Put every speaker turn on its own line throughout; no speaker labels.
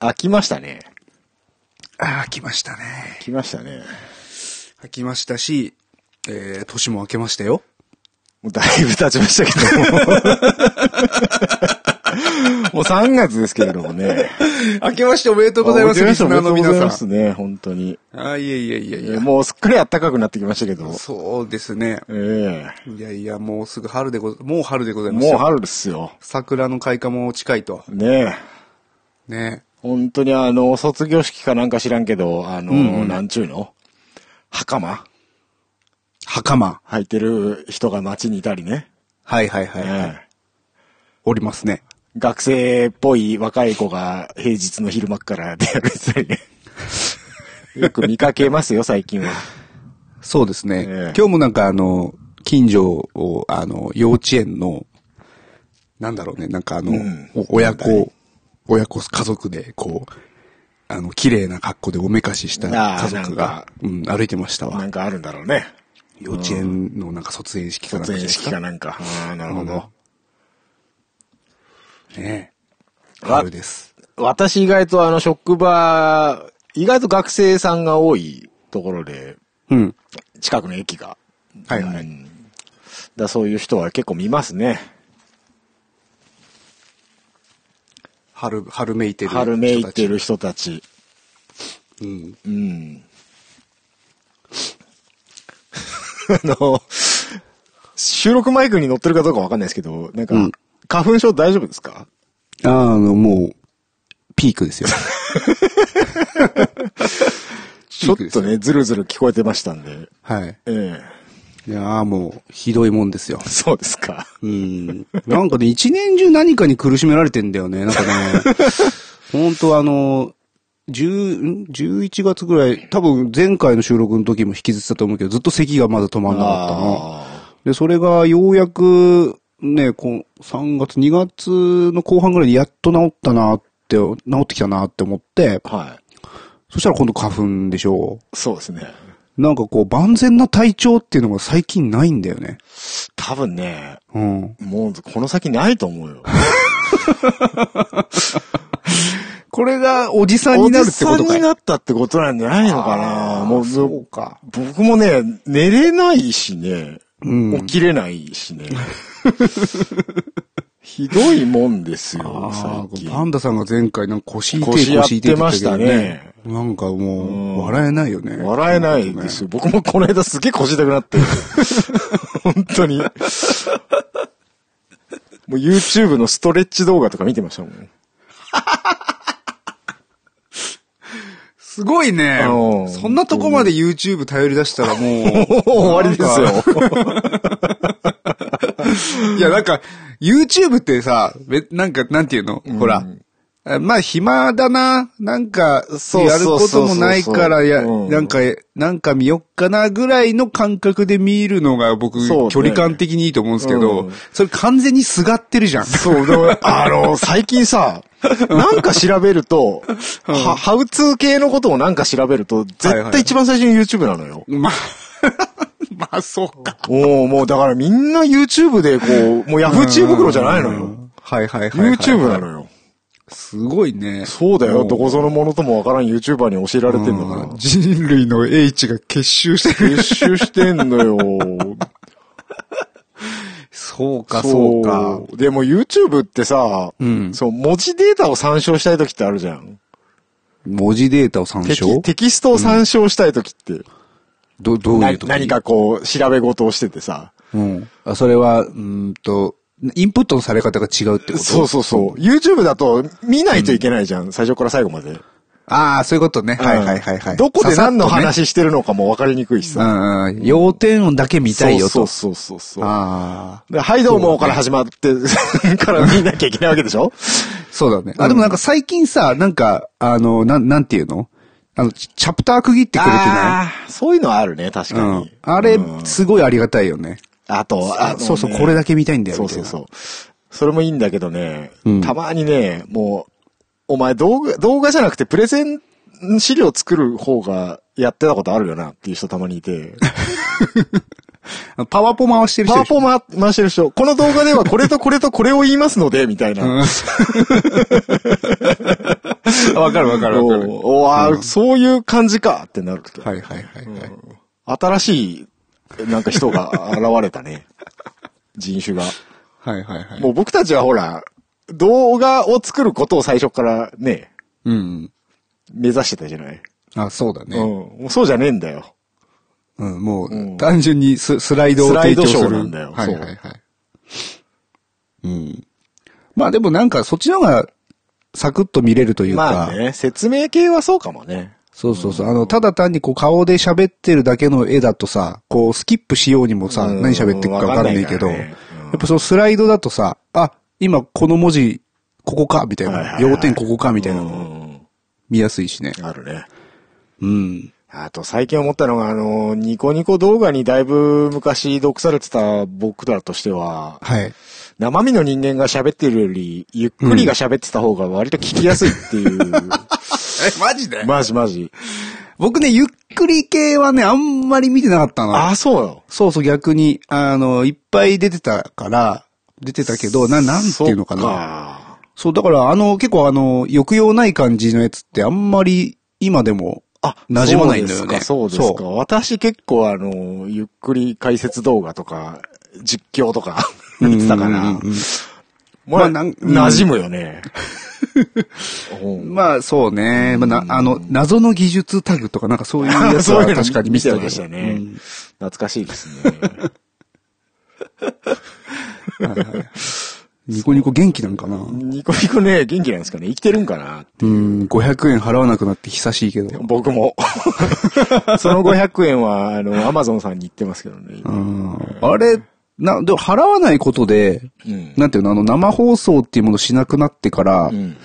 飽きましたね。
ああ、来ましたね。
来ましたね。
飽きましたし、えー、年も明けましたよ。
もうだいぶ経ちましたけども。もう3月ですけれどもね。
明けましておめでとうございます、
あ
リスナーの皆
おめでとうござい
さん
ま。すね、本当に。
ああ、いえいえいえいえ。
もうすっかり暖かくなってきましたけど。
そうですね。
ええ
いやいや、もうすぐ春でござ、もう春でございますよ。
もう春ですよ。
桜の開花も近いと。
ねえ。
ね。
本当にあの、卒業式かなんか知らんけど、あの、なんちゅうの袴
袴。
履いてる人が街にいたりね。
はいはいはい、
え
はい
え
おりますね。
学生っぽい若い子が平日の昼間っから出歩いてたりね。 よく見かけますよ、最近は。
そうですね。
ええ
今日もなんかあの、近所を、あの、幼稚園の、なんだろうね、なんかあの、
うん
お親子、親子家族で、こう、あの、綺麗な格好でおめかしした
ああ
家族
なん
が
か、
うん、歩いてました
な
わ。
んかあるんだろうね。
幼稚園のなんか卒園式かなんか
卒園
です
式
か
かなんか。ああ、なるほど。
ねえ。
わ
春です。
私意外とあの、職場、意外と学生さんが多いところで、
うん。
近くの駅が。
はいはい
うんだそういう人は結構見ますね。
春、春めいてる人たち。
春めいてる人たち。
うん。
うん。 あの、収録マイクに乗ってるかどうかわかんないですけど、なんか、
うん
花粉症大丈夫ですか
あーあの、もう、ピー クですよ。
ちょっ
ピークです
と
よ
ね、ずるずる聞こえてましたんで。
はい。
え
いやーもう、ひどいもんですよ
え。そうですか。
うん。なんかね、一年中何かに苦しめられてんだよね。なんか ね、本当あの、10ん11月ぐらい、多分前回の収録の時も引きずってたと思うけど、ずっと咳がまだ止まんなかったな。
あ
で、それがようやく、ね、こう、3月、2月の後半ぐらいでやっと治ったなって、治ってきたなって思って、
ーはい。
そしたら今度花粉でしょ
そうですね。
う。なんかこう、万全な体調っていうのが最近ないんだよね。
多分ね、
うん。
もうこの先ないと思うよ。
これがおじ さんになるってこ
お
と
じさん
かい
になったってことなんじゃないのかなもう
そうか。
僕もね、寝れないしね、
うん
起きれないし ね。ひどいもんですよ、
あ
最
ー
近。
パンダさんが前回なんか腰痛い
腰やっ
腰痛
て
いって言
ま
って
した
たけどね
ね。。
なんかも
うん
う、笑えないよね。
笑えないですよ。僕もこの間すげえ腰痛くなって。本当に。もう YouTube のストレッチ動画とか見てましたもん。
すごいね
うん。
そんなとこまで YouTube 頼り出したらもう。
終わりです
なんか。
よ。
いや、なんか、YouTube ってさ、べなんか、なんていうのほら。あまあ、暇だな。なんか、
そう
やる
そう
こ
そうそう
ともないから、や、
うん
なんか、なんか見よっかなぐらいの感覚で見るのが僕、
そうね
距離感的にいいと思うんですけど、
うん
それ完全にすがってるじ ゃん。
そう、でも、あの、最近 さ、なんか調べると、はハウツー系のことをなんか調べると、
はい
絶
はい
対一番最初に YouTube なのよ。
まあ、 まあ、そうか。
おーもうだからみんな YouTube でこう、もう Yahoo 知恵袋じゃないのよ。。
はいはいはいはい、
YouTube なのよ。
すごいね。
そうだよ、
も
どこぞのものともわからん YouTuber に教えられてんだから
うん。人類の英知が結集してる。
結集してんのよ。
そうか
そう。でも YouTube ってさ、
うん
そう、文字データを参照したい時ってあるじゃん。
文字データを参
テ
照
キテキストを参照したい時って。
ど、どう
な
いう時
何。かこう、調べ事をしててさ。
うん。あ、それは、うーんと、インプットのされ方が違うってこと
そうそうそう。YouTube だと見ないといけないじゃん。最初から最後まで。
ああ、そういうことね。はいはいはいは
う
い。
んどこで何の
ささっとね
話してるのかも分かりにくいしさ。
うんうん。要点音だけ見たいよと。
そうそうそうそうそう
あ
で。はいどうもから始まって、 から見なきゃいけないわけでしょ
あ。そうだね。あ、でもなんか最近さ、なんか、あの、なん、なんていうのあの、チチャプター区切ってくれてない
あーそういうのはあるね、確か
うん
に。。
あれ
うん、
すごいありがたいよね。
あと、あのね
そうそう、これだけ見たいんだよ、
そう
みたい
そ
な。
うそう。それもいいんだけどね、
うん
たまにね、もう、お前動画、動画じゃなくてプレゼン資料作る方がやってたことあるよなっていう人たまにい て、
あのパワポ回してる
パ
人
ワ
でしょ。
ポ回回してる人、この動画ではこれとこれとこれを言いますので、みたいな。
わかるわかるわかる。
おあーそういう感じかってなる時、
はいはいはいはい。
新しい、なんか人が現れたね。人種が。
はいはいはい。
もう僕たちはほら、動画を作ることを最初からね、
うん。
目指してたじゃない。
あ、そうだ
うん。
ね。
もうそうじゃねえんだよ。
うん、も
うん
う、単純にススライドを提供す
ス
る。
ライドショーなんだよ
はい
そう
はいはい。うん。まあでもなんか、そっちの方が、サクッと見れるというか。
まあね、説明系はそうかもね。
そうそうそう。あの、ただ単にこう顔で喋ってるだけの絵だとさ、こうスキップしようにもさ、
うん
何喋ってるかわかんないけど、
わかん
や
ないからね
っ
うん
ぱそのスライドだとさ、あ、今この文字、ここか、みたい
はいはいは
な。
い
要点ここか、みた
う
いなの
ん。
見やすいしね。
あるね。
うん。
あと最近思ったのが、あの、ニコニコ動画にだいぶ昔読されてた僕らとしては、
はい。
生身の人間が喋ってるより、ゆっくりが喋ってた方が割と聞きやすいって いう。
え、マジで
マジマジ。
僕ね、ゆっくり系はね、あんまり見てなかったな。
ああ、そうよ。
そうそう、逆に、あの、いっぱい出てたから、出てたけど、な、なんていうのかな。
そっか
そう、だから、あの、結構あの、抑揚ない感じのやつってあんまり今でも
あ、
馴染まないんだよね。
そうですか、そうですか。私結構あの、ゆっくり解説動画とか、実況とか
そう。
見てたか
う
ら
ん、うんうん
まあ、
まあなん
馴染むよね。うん
まあ、そうね。まあ、な、あの、謎の技術タグとかなんかそういうやつ
そう
は
いうの
確かに見てたけど
ましたね、
うん
懐かしいですね。
ニコニコ元気なんかな。
ニコニコね、元気なんですかね生きてるんかな
うん、500円払わなくなって久しいけど。
僕 も。その500円は、あの、アマゾンさんに行ってますけどね。
うんあれ、な、でも払わないことで、
うん。
なんていうの、あの、生放送っていうものしなくなってから、
うん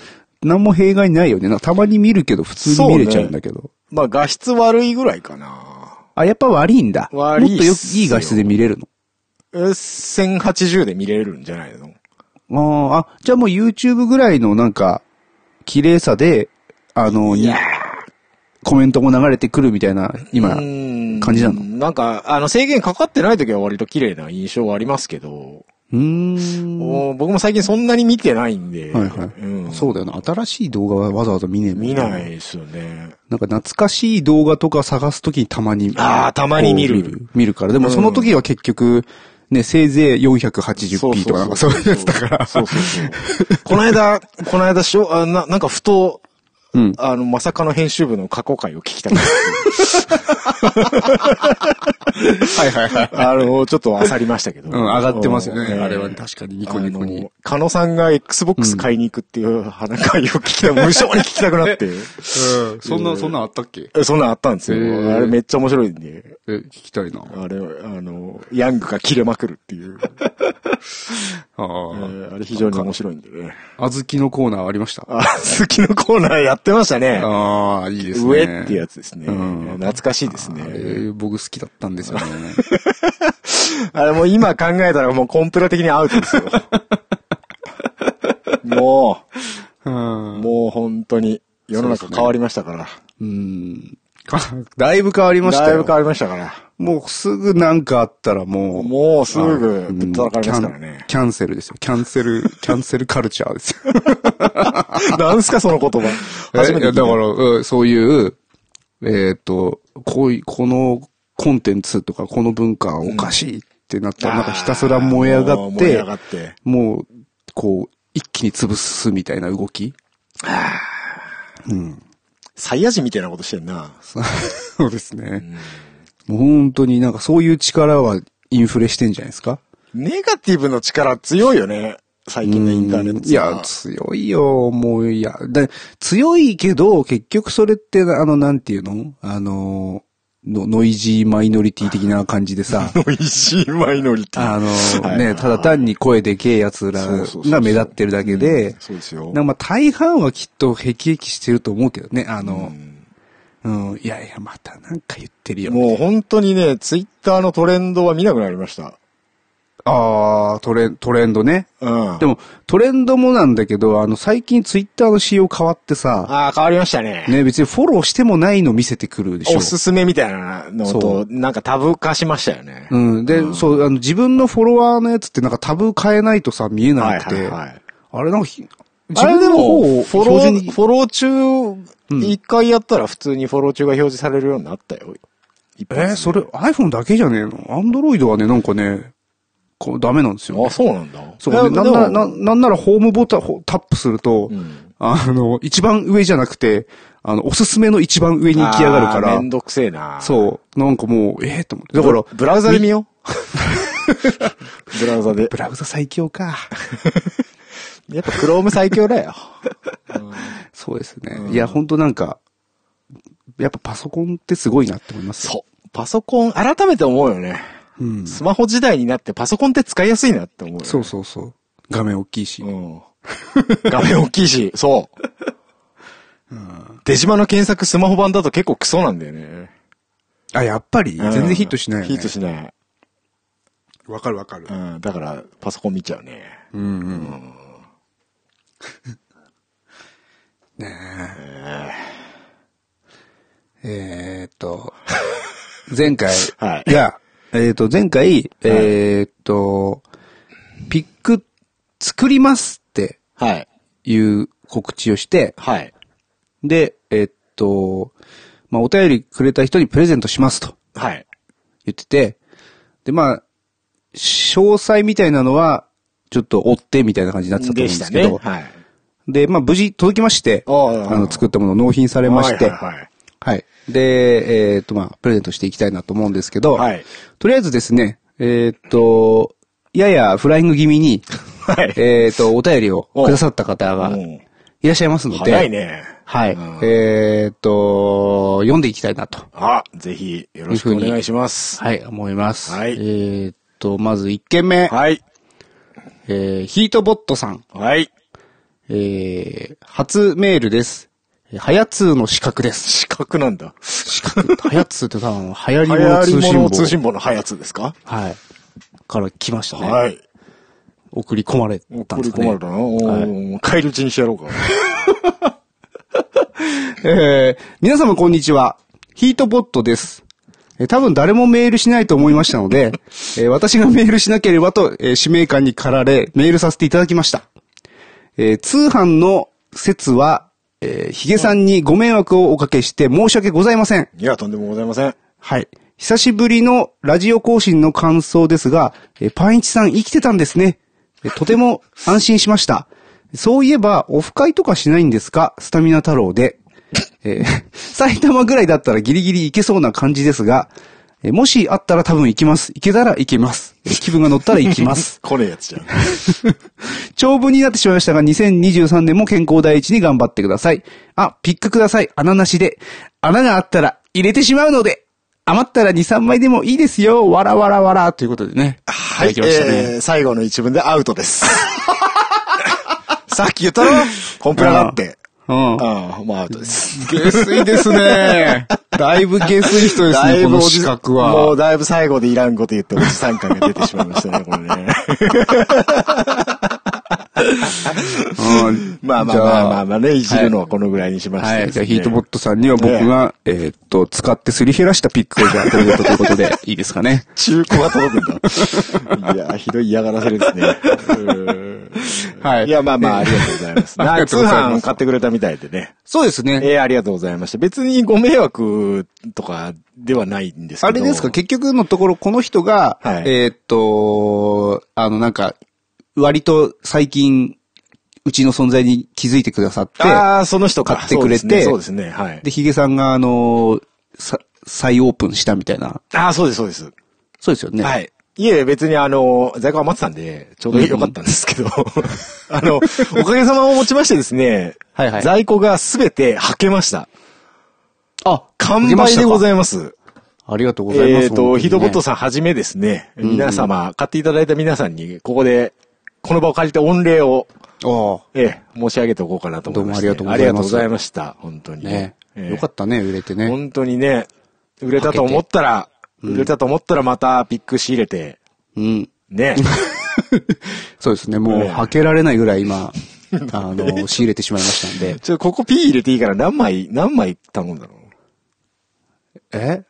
何も弊害ないよね。なんかたまに見るけど、普通に見れちゃうんだけど。
まあ、画質悪いぐらいかな。
あ、やっぱ悪いんだ。
悪い
も
っ
っ
す
と
よ
よいい画質で見れるの。
え1080で見れるんじゃないの
あーあ、じゃあもう YouTube ぐらいのなんか、綺麗さで、あの、にコメントも流れてくるみたいな、今、
うん
感じなの
なんか、あの、制限かかってない時は割と綺麗な印象はありますけど、
うーん。は
もう僕も最近そんなに見てないんで、
いはい、
うん、
そうだよな。新しい動画はわざわざ見ねえもん
見ない。ですよね。
なんか懐かしい動画とか探すときにたまに。
あーたまに見る
こう見る。見るから。でもその時は結局、ね、せいぜい 480p とかなんかそういうやつだから。
そうそうそう。この間、この間しょ、あななんかふと、
うん。
あの、まさかの編集部の過去回を聞きたくなって
はいはいはい。
あの、ちょっと漁りましたけど。
うん、上がってますよね。
うん
あれは確かにニコニコ
あ
に
の。。カノさんが Xbox 買いに行くっていう話会を聞きたく、無性に聞きたくなって。
そん
う、
なんそんなんあったっけ
えそんなんあったんです
へ
よ。
ー
あれめっちゃ面白いんで。
え、聞きたいな。
あれ、あの、ヤングが切れまくるっていう。
あ
え
あ。
ーあれ非常に面白いんでね。
あずきのコーナーありました
あ、好きのコーナーやってましたね。
ああ、いいですね。
上ってやつですね。
うん
懐かしいです
え
ね。
ー僕好きだったんですよね。
あれもう今考えたらもうコンプラ的にアウトです よ。も
う
う、
ん
もう本当に世の中変わりましたから。
うん。 かだいぶ変わりました
だいぶ
よ
変。わりましたから。
もうすぐなんかあったらもう。
もうすぐ
うん
ぶっ叩かれますからね
キャンキャンセルですよ。キャンセル、キャンセルカルチャーですよ。
なんすかその 言葉。初め
え
て
い
聞
や
いた
だから、うんそういう、えっ、と、こういこのコンテンツとか、この文化はおかしいってなったら、なんかひたすら燃え上が
あー燃
っ
え上
て
が、って。
もう、こう、一気に潰すみたいな動き。 うん。
サイヤ人みたいなことしてんな。
そうですね。もう本当になんかそういう力はインフレしてんじゃないですか
ネガティブの力強いよね。最近のインターネット
いや、強いよ、もう、いや、だ強いけど、結局それって、あの、なんていうのあの、のノイジーマイノリティ的な感じでさ、
美味しいマイノリティ。
あ
は
の、
い
ね、ただ単に声でけえ奴ら
そうそうそうそ
が
う
目立ってるだけで、
そうですよ。
なんかまあ大半はきっと辟易してると思うけどね、あ
う
の、
ん
うん、いやいや、またなんか言ってるよ。
もう本当にね、ツイッターのトレンドは見なくなりました。
ああ、トレ、トレンドね。
うん。
でも、トレンドもなんだけど、あの、最近ツイッターの仕様変わってさ、
ああ、変わりましたね。
ね、別にフォローしてもないの見せてくるでしょ。
おすすめみたいなの
そ
と、なんかタブ化しましたよね。
うん。で、そう、あの、自分のフォロワーのやつってなんかタブ変えないとさ、見えな
はい
くて。
はいはい。
あれなんかひ、
あれでも、フォロ
標準
ー、
に
フォロー中、一回やったら普通にフォロー中が表示されるようになったよ。一
え
発
ーそれ iPhone だけじゃねえの ?Android はね、なんかね、こうダメなんですよね、
あ、そうなんだ。
そう、
い
ね、
や
なんなら、
でも
ななんならホームボタン、ほタップすると、
うん
あの、一番上じゃなくて、あの、おすすめの一番上に行き上がるか
あー
ら
めん、どくせえな。
そう、なんかもう、ええと思って。だ
だ
か
から
ら、、
ブラウザで見よう。 ブラウザで
ブ。ラウザ最強か。
やっぱ Chrome 最強だよ。
そうですね。いや、ほんとなんか、やっぱパソコンってすごいなって思いますよ。
そう。パソコン、改めて思うよね。
うん。
スマホ時代になってパソコンって使いやすいなって思うよね。
そうそうそう。画面大きいし。
うん。画面大きいし、そう。 出島の検索スマホ版だと結構クソなんだよね。
あ、やっぱり全然ヒットしないよ
ヒ
ね
ット。しない。
わかるわかる
う。ん。だから、パソコン見ちゃうね。
うんうん。ねえ。えーっと、前回、
はい
いや、えーっと、前回、えーっと、ピック作りますって
はい。
いう告知をして、
はい。
で、えーっと、まあ、お便りくれた人にプレゼントしますと
はい。
言ってて、で、まあ、詳細みたいなのは、ちょっと追ってみたいな感じになってたと思うん
で
で
し
す
た
け
ね。
ど、
はい。
で、まあ、無事届きまして、あ
ああ
の、作ったものを納品されまして、
はい
はい
はい
で、えっ、と、まあ、プレゼントしていきたいなと思うんですけど、
はい。はい。
とりあえずですね、えっ、と、ややフライング気味に、
はい
えっ、と、お便りをくださった方が
うん
いらっしゃいますので、
早いね。
はい。
うん
えっ、と、読んでいきたいなと、
あ、ぜひ、よろしくお願いします。
はい、思います。
はい
えっ、と、まず1件目、
はい。
えーヒートボットさん、
はい。
えー、初メールです。はやつーの資格です。
資格なんだ。
資格。はやつって多分、流行り
流
物
行り
通信
物
簿。
通信簿のハヤツですか
はい。から来ましたね。
はい。
送り込まれたん
送
で
り
すかね。
込まれたな。おー帰り討ちにしてやろうか。
えー、皆様こんにちは。ヒートボットです。えー多分誰もメールしないと思いましたので、えー私がメールしなければと、えー使命感に駆られ、メールさせていただきました。えー通販の説は、えーヒゲさんにご迷惑をおかけして申し訳ございません。
いや、とんでもございません。
はい。久しぶりのラジオ更新の感想ですが、えーパンイチさん生きてたんですね。えーとても安心しました。そういえば、オフ会とかしないんですかスタミナ太郎で。えー埼玉ぐらいだったらギリギリ行けそうな感じですが、えーもしあったら多分行きます。行けたら行けます。えー気分が乗ったら行きます。
来ねえやつじゃん。
長文になってしまいましたが、2023年も健康第一に頑張ってください。あ、ピックください。穴なしで。穴があったら入れてしまうので。余ったら2、3枚でもいいですよ。わらわらわら。ということでね。
はいい、
ただきましたね
えー最後の一文でアウト です。さっき言ったろコンプラだって。
うん。
ああ、まあアウトです。
下水です ね。だいぶ下水人です
だ
ね、
い
こ
ぶ
の
おじ
資格
もう
は。
だいぶ最後でいらんこと言っておじさん感が出てしまいましたね、これ ね。
うん
まあまあ
じゃ
まあまあまあね、いじるのはこのぐらいにしまして、
はい。じゃあ、ヒート
ト。
ボットさんには僕が、えーっと、使ってすり減らしたピックをいただけることということで、いいですかね。
中古が届く んだ。いや、ひどい嫌がらせですね。うーん
はい
いや、まあまあ、ありがとうございます。
あり
な
が
通
とうございま
販
す
買ってくれたみたいでね。
そうですね。
ええありがとうございました。別にご迷惑とかではないんですけど。
あれですか結局のところ、この人が、
はい
えーっと、あの、なんか、割と最近、うちの存在に気づいてくださって、
ああ、その人か
買ってくれて
そうですね、そうですねはい。
で、ヒゲさんが、あの、さ再オープンしたみたいな。
ああ、そうです、そうです。
そうですよね。
はい。いえ、別にあの、在庫余ってたんで、ちょうどよかったんですけど、 あの、おかげさまをもちましてですね、
はいはい
在庫がすべて履けました。
あ、
完売でござ
い
います。
ます。ありがとうございます。
えっと、ヒドボット
さ
さんはじめですね、皆様、買っていただいた皆さんに、ここで、この場を借りて御礼を、
ん。あ
ええ、申し上げておこうかなと思いまして。
どうもあ
あ
り
り
が
がとうご
とうござ
ざ
い
い
ま
ました。本当に。
あ。ね
ええ
よかったね、売れてね。
本当にね、売れたと思ったら、売れたと思ったらまたピック仕入れて、
うん。
ね。
そうですね、もう、
ええ
履けられないぐら い今、あの、仕入れてしまいましたんで。
ちょ、ここ P 入れていいから何枚、何枚頼ん だの
え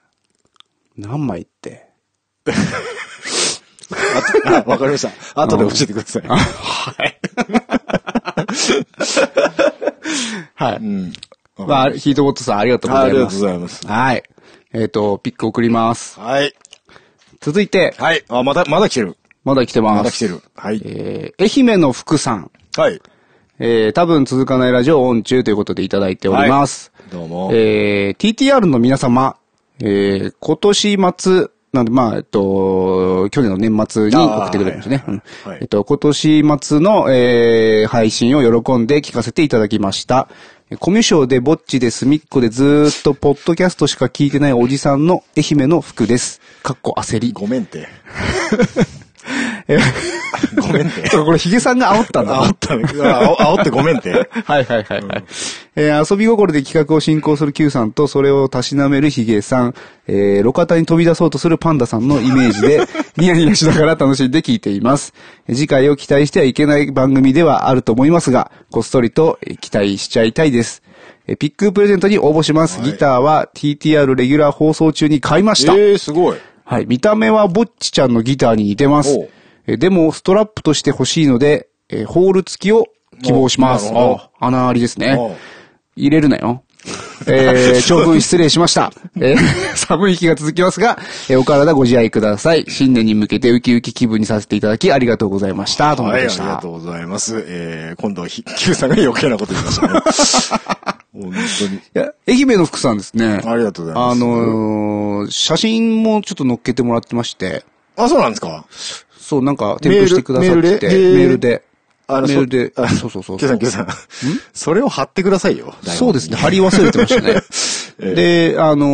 何枚って。
あとあわかりました。後で教えてください。
はい。はい。
うん。
まあ、ヒートボットさんありがとうござい
ありが
ま
とう
す。
ございます
はい。えっ、と、ピック送ります。
はい。
続いて、
はい。あ、まだ、まだ来てる。
まだ来てます。
まだ来てる。はい。
えー愛媛の福さん。
はい。
えー多分続かないラジオオン中ということでいただいております。
どうも。
えー TTR の皆様、えー今年末、なんで、まあ、えっと、去年の年末に送ってくれましたね。
あーはい
うん
はい
えっと、今年末の、えー配信を喜んで聞かせていただきました。コミュ障でぼっちで隅っこでずーっとポッドキャストしか聞いてないおじさんの愛媛の服です。かっこ焦り。
ごめんって。
え。
ごめんって
これヒゲさんが煽ったんだな。
煽ったね。あ煽ってごめんって。
はいはいはいはい。えー遊び心で企画を進行する Q さんと、それをたしなめるヒゲさん、えー、路肩に飛び出そうとするパンダさんのイメー ジで、ニヤニヤしながら楽しんで聞いています。えー次回を期待してはいけない番組ではあると思いますが、こっそりとえー期待しちゃいたいです。えーピックプレゼントに応募します。
はい
ギターは TTR レギュラー放送中に買いました。
ええ、すごい。
はい。見た目はぼっちちゃんのギターに似てま
お
す
う。
えでも、ストラップとして欲しいので、えーホール付きを希望します。
おなるほど
あ穴ありです
お
ね。入れるなよ。え ー、長文失礼しました。えー 寒い日が続きますが、えーお体ご自愛ください。新年に向けてウキウキ気分にさせていただきありがとうございました。とのこ
はい、
と
あ
で
り
した。
がとうございます。えー、今度はひ、Q さんが余計なこと言いましたね。 本当に。
いや、愛媛の福さんですね。
ありがとうございます
あのー写真もちょっと載っけてもらってまして、
あ、そうなんですか
そう、なんか、添付してくださってて、
メールで
メールで。
あ
メールで
あ
そうそうそう
Q さん、Q さん。それを貼ってくださいよ。台本に
そうですね。。貼り忘れて ましたね。で、あの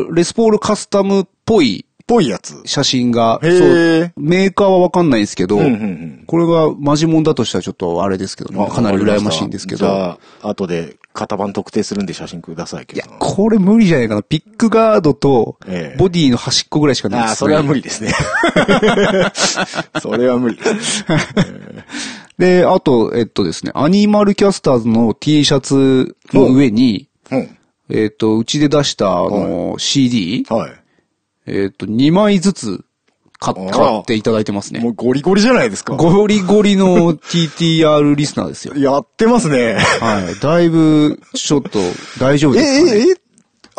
ーレスポールカスタムっぽい
ぽいやつ。
写真が、
へー
そうメーカーはわかんないんですけど、
んうんうん
これがマジモンだとしたらちょっとあれですけどね、かなり羨ましいんですけ
じ
ど。
ゃあ、後で型番特定するんで写真ください、
い
Q
や
さん、。
これ無理じゃないかな。ピックガードと
ええ、
ボディの端っこぐらいしかない
あ
です、
あ、それは無理 ですね。それは無理ですね。
で、あと、えっとですね、アニマルキャスターズの T シャツの上に、
うん。
えっと、うちで出した、あの、CD、
はい。
えっと、2枚ずつ買っ
あ
買っていただいてますね
も。うゴリゴリじゃないですか。
ゴリゴリの TTR リスナーですよ。
やってますね。
はい。だいぶ、ちょっと、大丈夫
え、
ですか、ね、
え、え、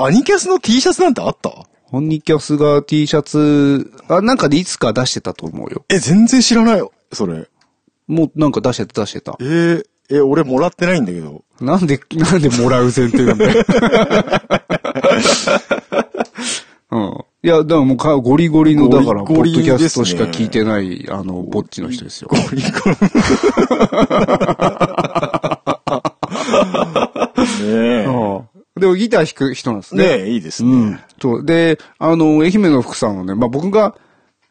アニキャスの T シャツなんてあった
ホニキャスが T シャツ、あ、なんかでいつか出してたと思うよ。
え、全然知らないよ、それ。
もうなんか出してた出してた
え。ーえ、俺もらってないんだけど。
なんで、なんでもらう前提なんだよ。うん。いや、だからもうか、ゴリゴリの、だから、ポ
ゴ
ッ
リゴ
ド
リ
キャ
で
ス
す
ト
ね
しか聞いてない、あの、ぼっちの人ですよ。
ゴリゴリ。ね
うん。でもギター弾く人なんです
え。
ね。
ねえ、いいです
う
ね。
ん。そう。で、あの、愛媛の福さんはね、まあ、僕が、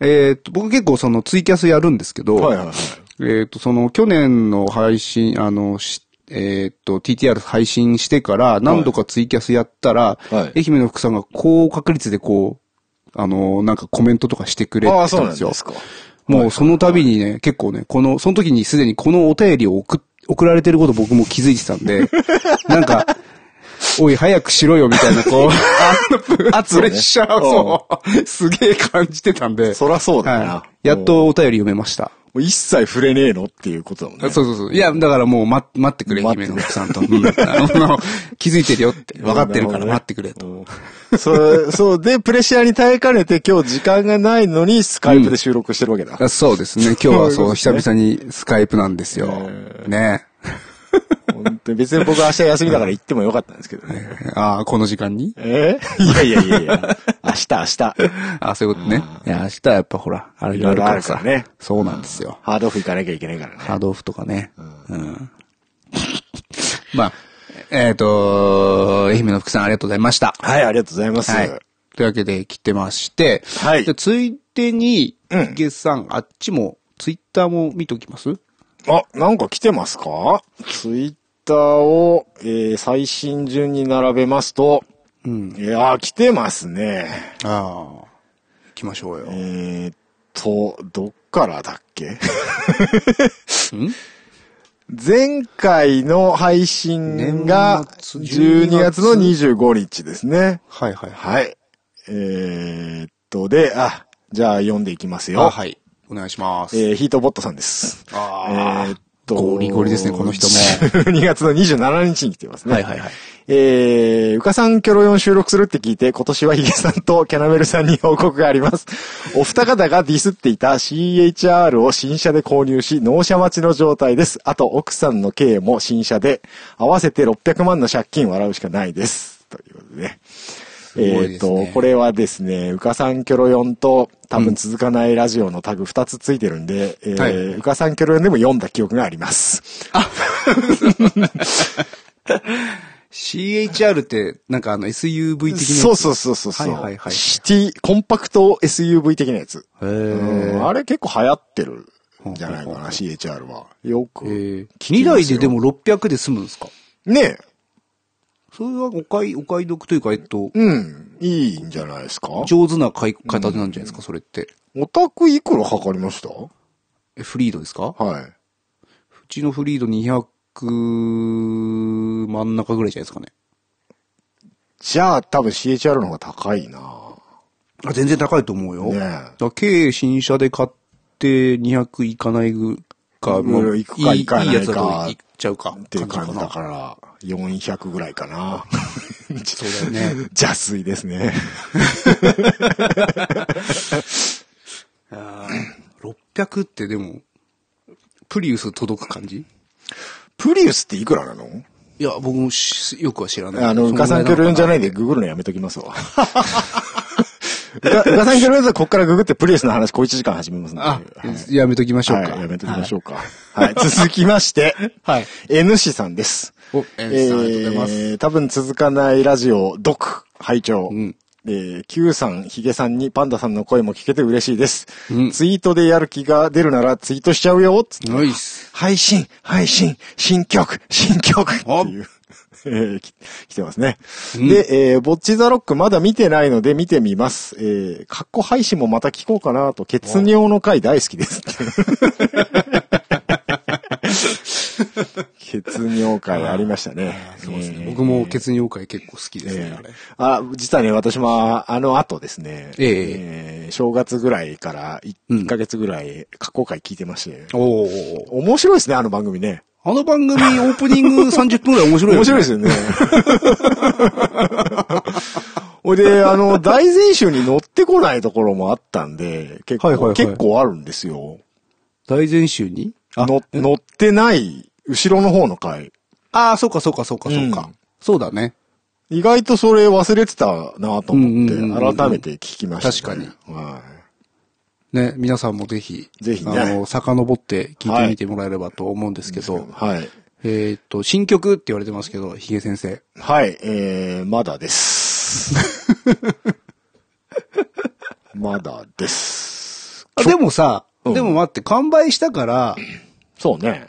えーっと、僕結構そのツイキャスやるんですけど、
はいはいはい
えーっと、その去年の配信、あの、しえーっと、TTR 配信してから何度かツイキャスやったら、
はい
愛媛の福さんが高確率でこう、あの、なんかコメントとかしてくれて
あ
た
あ、そうんな
で
ん
すよ
で。すか。
もうその度にね、結構ね、この、その時にすでにこのお便りを送っ、送られてること僕も気づいてたん で、なんか、おい、早くしろよ、みたいな、 こう、あプレッシャーを、そう、すげえ感じてたんで。
そらそうだよな
はいやっとお便り読めました。
もう一切触れねえのっていうことだもん
そう
ね。
そうそう。いや、だからもう、ま、待ってくれ、
待っ
姫
て
の奥さんと。うんあの気づいてるよ って。分かってるから待ってくれと。
うんそう、そう、で、プレッシャーに耐えかねて今日時間がないのにスカイプで収録してるわけだ。
あそうですね。今日は そう、
そ
久
ういうことです
々にスカイプなんですよ。ね
本当に別に僕は明日休みだから行ってもよかったんですけどね。
ああ、この時間に
えいやいやいやいや。明日明日。
あ、そういうことね。いや、明日はやっぱほら、あれがあるからさ。
いろいろあるからね
そうなんですよ。
ハードオフ行かなきゃいけないからね。
ハードオフとかね。うん。 まあ、えっ、と、愛媛の福さんありがとうございました。
はい、ありがとうございます。
はい。というわけで来てまして。
はい
じゃあついでに、
うん
ヒゲさん、あっちも、ツイッターも見ときます
あ、なんか来てますかツイッターを、えー最新順に並べますと、
うん。
いやー、来てますね。
ああ。行きましょうよ。
えーっと、どっからだっけ前回の配信が
年末
12月の25日ですね。
はいはいは
は
い。
い。えーっと、で、あ、じゃあ読んでいきますよ。
あはい。お願いします。
えーヒートボットさんです。え
ああ。
ーっと、
ゴリゴリですねこの人も
12月の27日に来てますね。
はいはいはい。
えー、うかさんキョロヨン収録するって聞いて、今年はヒゲさんとキャナメルさんに報告があり ます。お二方がディスっていた CHR を新車で購入し、納車待ちの状態です。あと、奥さんの経営も新車で、合わせて600万の借金を笑うしかないです。ということでね。
ごい
えっ
です
と、
ね
これはですね、うかさんキョロヨンと多分続かないラジオのタグ2つついてるんで、えー
はいう
かさんキョロヨンでも読んだ記憶があります。
CHR って、なんかあの SUV 的な。
そうそうそうそうそう、
はいはいはい
シティ、コンパクト SUV 的なやつ。
へー
うんあれ結構流行ってるんじゃないか
ほうほう
な、CHR は。よく。
えー、
聞き
2
ますよ
台ででも600で済むんですか
ねえ。
それはお買い、お買い得というか、えっと、
うん。いいんじゃないですか
上手な買い方なんじゃないですか、それって。
お宅いくらかかりました
えフリードですか
は
うちのフリード200真ん中ぐらいじゃないですかね。
い。じゃあ多分 CHR の方が高いな
あ全然高いと思うよ。
ねえ
だから計新車で買って200いかないぐか、
うんいくかいかないか
いやつだといっちゃうか。
っていう感じだ
ら。
から、400ぐらいかな
そうだよね。
邪推ですね。
あー600ってでも、プリウス届く感じ
プリウスっていくらなの
いや、僕もしよくは知らない。
あの、うかさんきょるんじゃないんで、ググるのやめときますわ。 うかうかさんきょるんはこっからググってプリウスの話、小1時間始めますんで。
あ、やめときましょうか。
はい、やめときましょうか。はい、続きまして、
はい。
N 氏さんです。
お、えー、さんありがとうございます。
えー多分続かないラジオ、読、拝聴。
ん
えー、Q さん、ヒゲさんにパンダさんの声も聞けて嬉しいです。
うん
ツイートでやる気が出るならツイートしちゃうよ、つって
ナイス。
配信、配信、新曲、新曲って
あ
いう。 えーき来てますね。で、えー、ぼっちザロックまだ見てないので見てみます。えー、過去配信もまた聞こうかなと、血尿の回大好きです。 血尿回ありましたね。
そうですね。
えー
僕も血尿会結構好きです
え
ね、
ー
あれ。
あ、実はね、私も、あの後ですね、
ええ
えー正月ぐらいから
うん
1ヶ月ぐらい過去回聞いてまして、
おー
面白いですね、あの番組ね。
あの番組オープニング30分ぐらい面白いよね。
面白いですよね。ほいで、あの、大前週に乗ってこないところもあったんで、結構、
はいはいはい
結構あるんですよ。
大前週にあ
の乗ってない、後ろの方の回。
あー、そうかそうかそうかそう
う
か
ん。
そうだね。
意外とそれ忘れてたなと思っ
うんうんうんう
て、
ん
改めて聞きました、ね。
確
かに。は
ね、皆さんもぜひ、
ぜひね
あの、遡って聞いてみてもらえればと思うんですけど、
い。はい。
えーっと、新曲って言われてますけど、ヒゲ先生。
はい、えー、まだです。 まだです。
あでもさ、
うん
でも待って、完売したから、
そうね。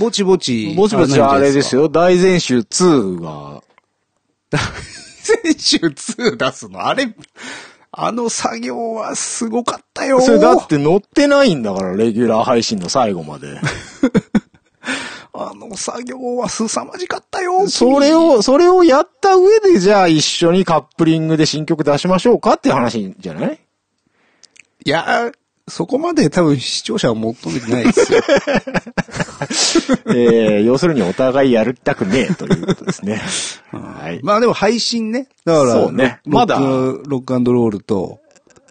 ぼちぼち。
ぼちぼちあれです。よ。大前週2が、
選手2出すの、あれ、あの作業はすごかったよ。
それだって乗ってないんだから、レギュラー配信の最後ま で。
あの作業は凄まじかったよ。
それを、それをやった上で、じゃあ一緒にカップリングで新曲出しましょうかっていう話じゃ ない
いや、そこまで多分視聴者は求めてないですよ。
えー、要するにお互いやりたくねえということです ね。はい。
まあでも配信ね。だから、
そうね
ロ
まだ
ロックロックロールと、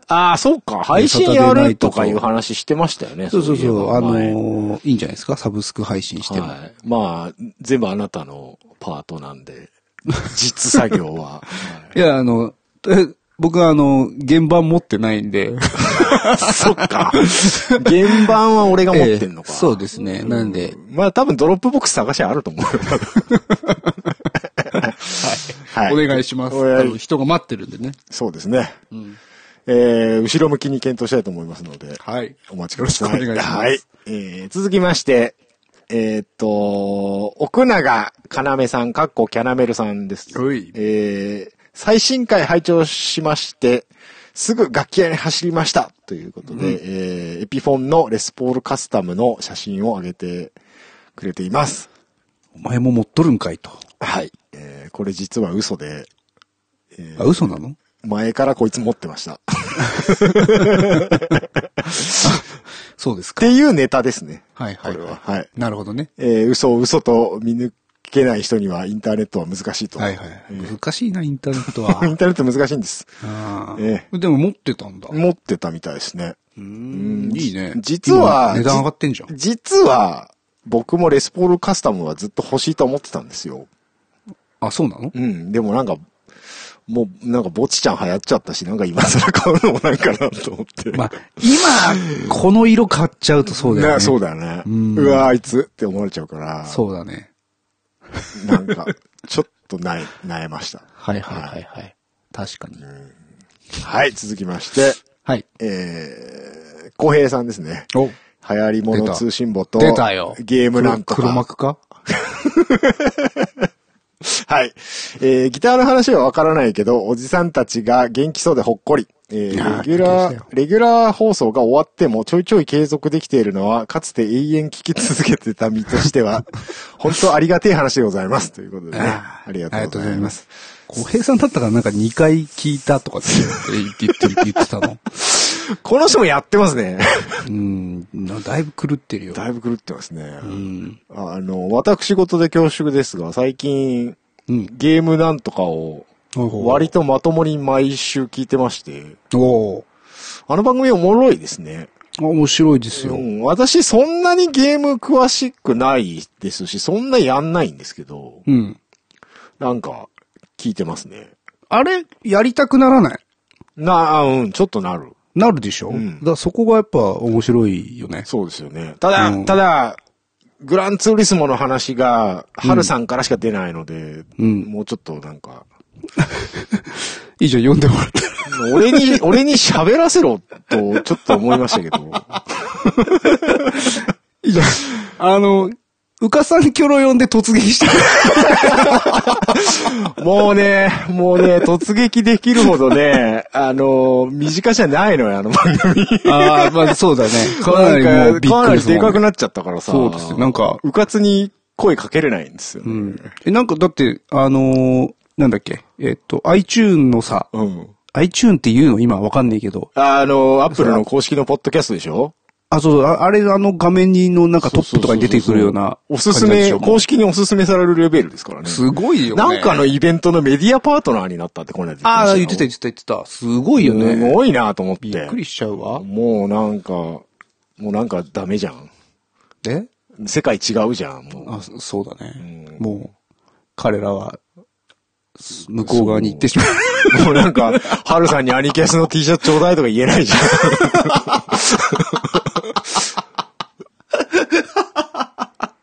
ああ、そうか。配信やるとかいう話してましたよね。
そうそう
いえ
そう、
ば
あの
前
ーいいんじゃないですか、サブスク配信しても。
はい。まあ、全部あなたのパートなんで、実作業 は。
い、や、あの、え僕はあの、現場持ってないんで。
そっか。原版は俺が持ってんのか。
ええそうですね。なんで、
まあ多分ドロップボックス探しゃあると思うよ。はい。
お願いします。
お願い
多分人が待ってるんでね。
そうですね。えー、後ろ向きに検討したいと思いますので、
はい。
お待ちください。
よろしくお願いします
はい。えー、続きまして、えーっと、奥永かなめさん、かっこキャナメルさんです。
おい
えー、最新回拝聴しまして、すぐ楽器屋に走りましたということで、えーエピフォンのレスポールカスタムの写真を上げてくれています。
お前も持っとるんかいと。
はい。えーこれ実は嘘で、
あ、嘘なの
前からこいつ持ってました。
そうです
って
か。
いうネタですね。
はいはい。
これは。はい。
なるほどね。
えー嘘を嘘と見抜けない人にはインターネットは難しいと。
はいはい。難しいな、インターネットは
インターネット難しいんです。
あー。
え
でも持ってたんだ。
持ってたみたいですね。
うんいいね。
実は
今値段上がってんじゃん。
実は、僕もレスポールカスタムはずっと欲しいと思ってたんですよ。
あ、そうなの
うん。でもなんか、もう、なんか、ぼちちゃん流行っちゃったし、なんか今更買うのもなんかなと思って。
まあ、今、この色買っちゃうとそうだよ
ね
ね。
そうだよね。
ん
うわあいつって思われちゃうから、
そうだね。
なんか、ちょっとなえ、なえました。
はいはいはいはい。確かに。
はい、続きまして、
はい。
えー、浩平さんですね。
お
流行り物通信簿と、
出たよ。
ゲームなんとか。
黒黒幕か
はい。えーギターの話はわからないけど、おじさんたちが元気そうでほっこり。えー
いやー
レギュ
元
ラー
気でしたよ、
レギュラー放送が終わってもちょいちょい継続できているのは、かつて永遠聞き続けてた身として は、本当ありがてえ話でございます。ということでね。ありがとうございます。。
小平さんだったからなんか2回聞いたとかって言って言って言ってたの。
この人もやってます ね。
うん。だいぶ狂ってるよ。
だいぶ狂ってますね。
うん。
あの、私事で恐縮ですが、最近、
うん。
ゲームなんとかを、割とまともに毎週聞いてまして、
と。おー
あの番組おもろいですね。
あ面白いですよ
う。ん、私そんなにゲーム詳しくないですし、そんなやんないんですけど、
うん。
なんか、聞いてますね。
あれ、やりたくならない
な、あうん、ちょっとなる。
なるでしょ、うんだからそこがやっぱ面白いよね。
そうですよね。ただ、
うん
ただ、グランツーリスモの話が、ハルさんからしか出ないので、
うん
もうちょっとなんか、
いいじゃん、読んでもらって。
俺に、 俺に喋らせろと、ちょっと思いましたけど。
いいじゃん。あの、うかさんキョロ呼んで突撃した。
もうね、もうね、突撃できるほどね、あの、身近じゃないのよ、あの番組。
ああ、まあそうだね。かなりも
な
うんび
か、
っ
か
く
な
り
り
する
で
もん
か
ね
くなっちゃったからさ。
そうですよ。なんか、
うかつに声かけれないんですよ
う
ね。
ん。え、なんかだって、あのーなんだっけ。えっと、iTune のさ、
うん。
iTune っていうの今わかんないけど。
あの、アップルの公式のポッドキャストでしょ
あ、そうそう、ああれ、あの画面にのなんかトップとかに出てくるような
おすす
感じなんで
め
し、ょ
公式におすすめされるレベルですからね。
すごいよね。
なんかのイベントのメディアパートナーになったってこの間言
ああ、言って
て
た言ってた言ってた。すごいよ
ましたよす
ね。
ごいなと思って。
びっくりしちゃうわ。
もうなんか、もうなんかダメじゃん。
え
世界違うじゃん、もう。
あ、そそうだね。もう、彼らは、す向こう側に行ってしまう。
もうなんか、ハルさんにアニキャスの T シャツちょうだいとか言えないじゃ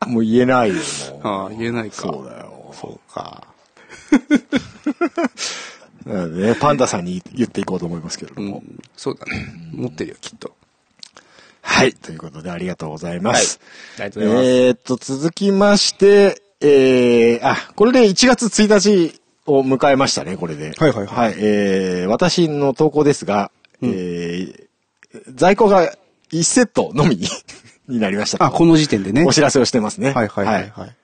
ん。 もう言えないよ、もう。
ああ、言えないか。
そうだよ。
そうか。
なのでね、パンダさんに言っていこうと思いますけれど
う
も。
ん。そうだね。持ってるよ、きっと。
はい。ということで、ありがとうございます。
はいありがとうございます
えーっと、続きまして、えー、あ、これで1月1日を迎えましたね、これで。
はいはいは
はい。えー、私の投稿ですが、えー、在庫が1セットのみ になりました。
あ、この時点でね。
お知らせをしてますね。
はいはいはいはい。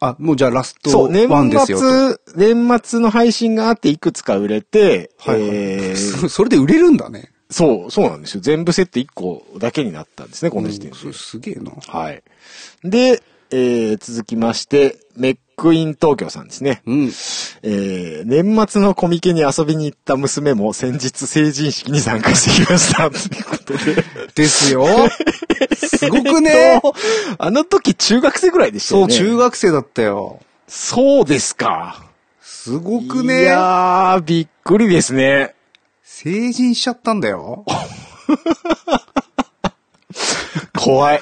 あ、もうじゃあラス
そ
ト
う、年
ワンですよ。
末、年末の配信があっていくつか売れて、
はいはい
えー
そそれで売れるんだね。
そう、そうなんですよ。全部セット1個だけになったんですね、この時点で。
そすげえな。
はい。で、えー続きまして、メックイン東京さんですね。
うん。
えー年末のコミケに遊びに行った娘も先日成人式に参加してきました。ということで。
で すよ。 すごくね。
あの時中学生ぐらいでした
そ
よ
う、
ね。
中学生だったよ。
そうですか。
すごくね
い。やー、びっくりですね。
成人しちゃったんだよ。
怖い。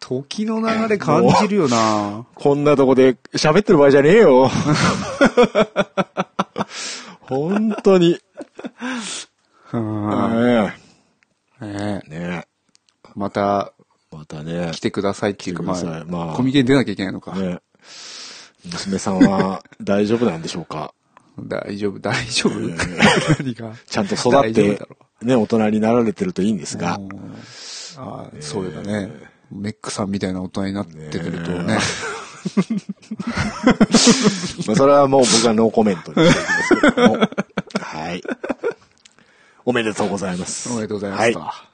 時の流れ感じる よな。
こんなとこで喋ってる場合じゃねえ よ。本当に。
うん
ね
ね
え。ね
えまた
え。またね
来。てくださいっていうか、ま
来てください、
あ
まあ
コミケに出なきゃいけないのか。
ね娘さんは大丈夫なんでしょう か
大丈夫、大丈夫
いやいや
何が
ちゃんと育っ
大丈夫
て
だろ、
ね、大人になられてるといいんですが
う。。ああ、そうだね。メックさんみたいな大人になってくると
ね
ね。
まあ、それはもう僕はノーコメントにしておきますけ ども。はい。おめでとうございます。
おめでとうございまし
は
た。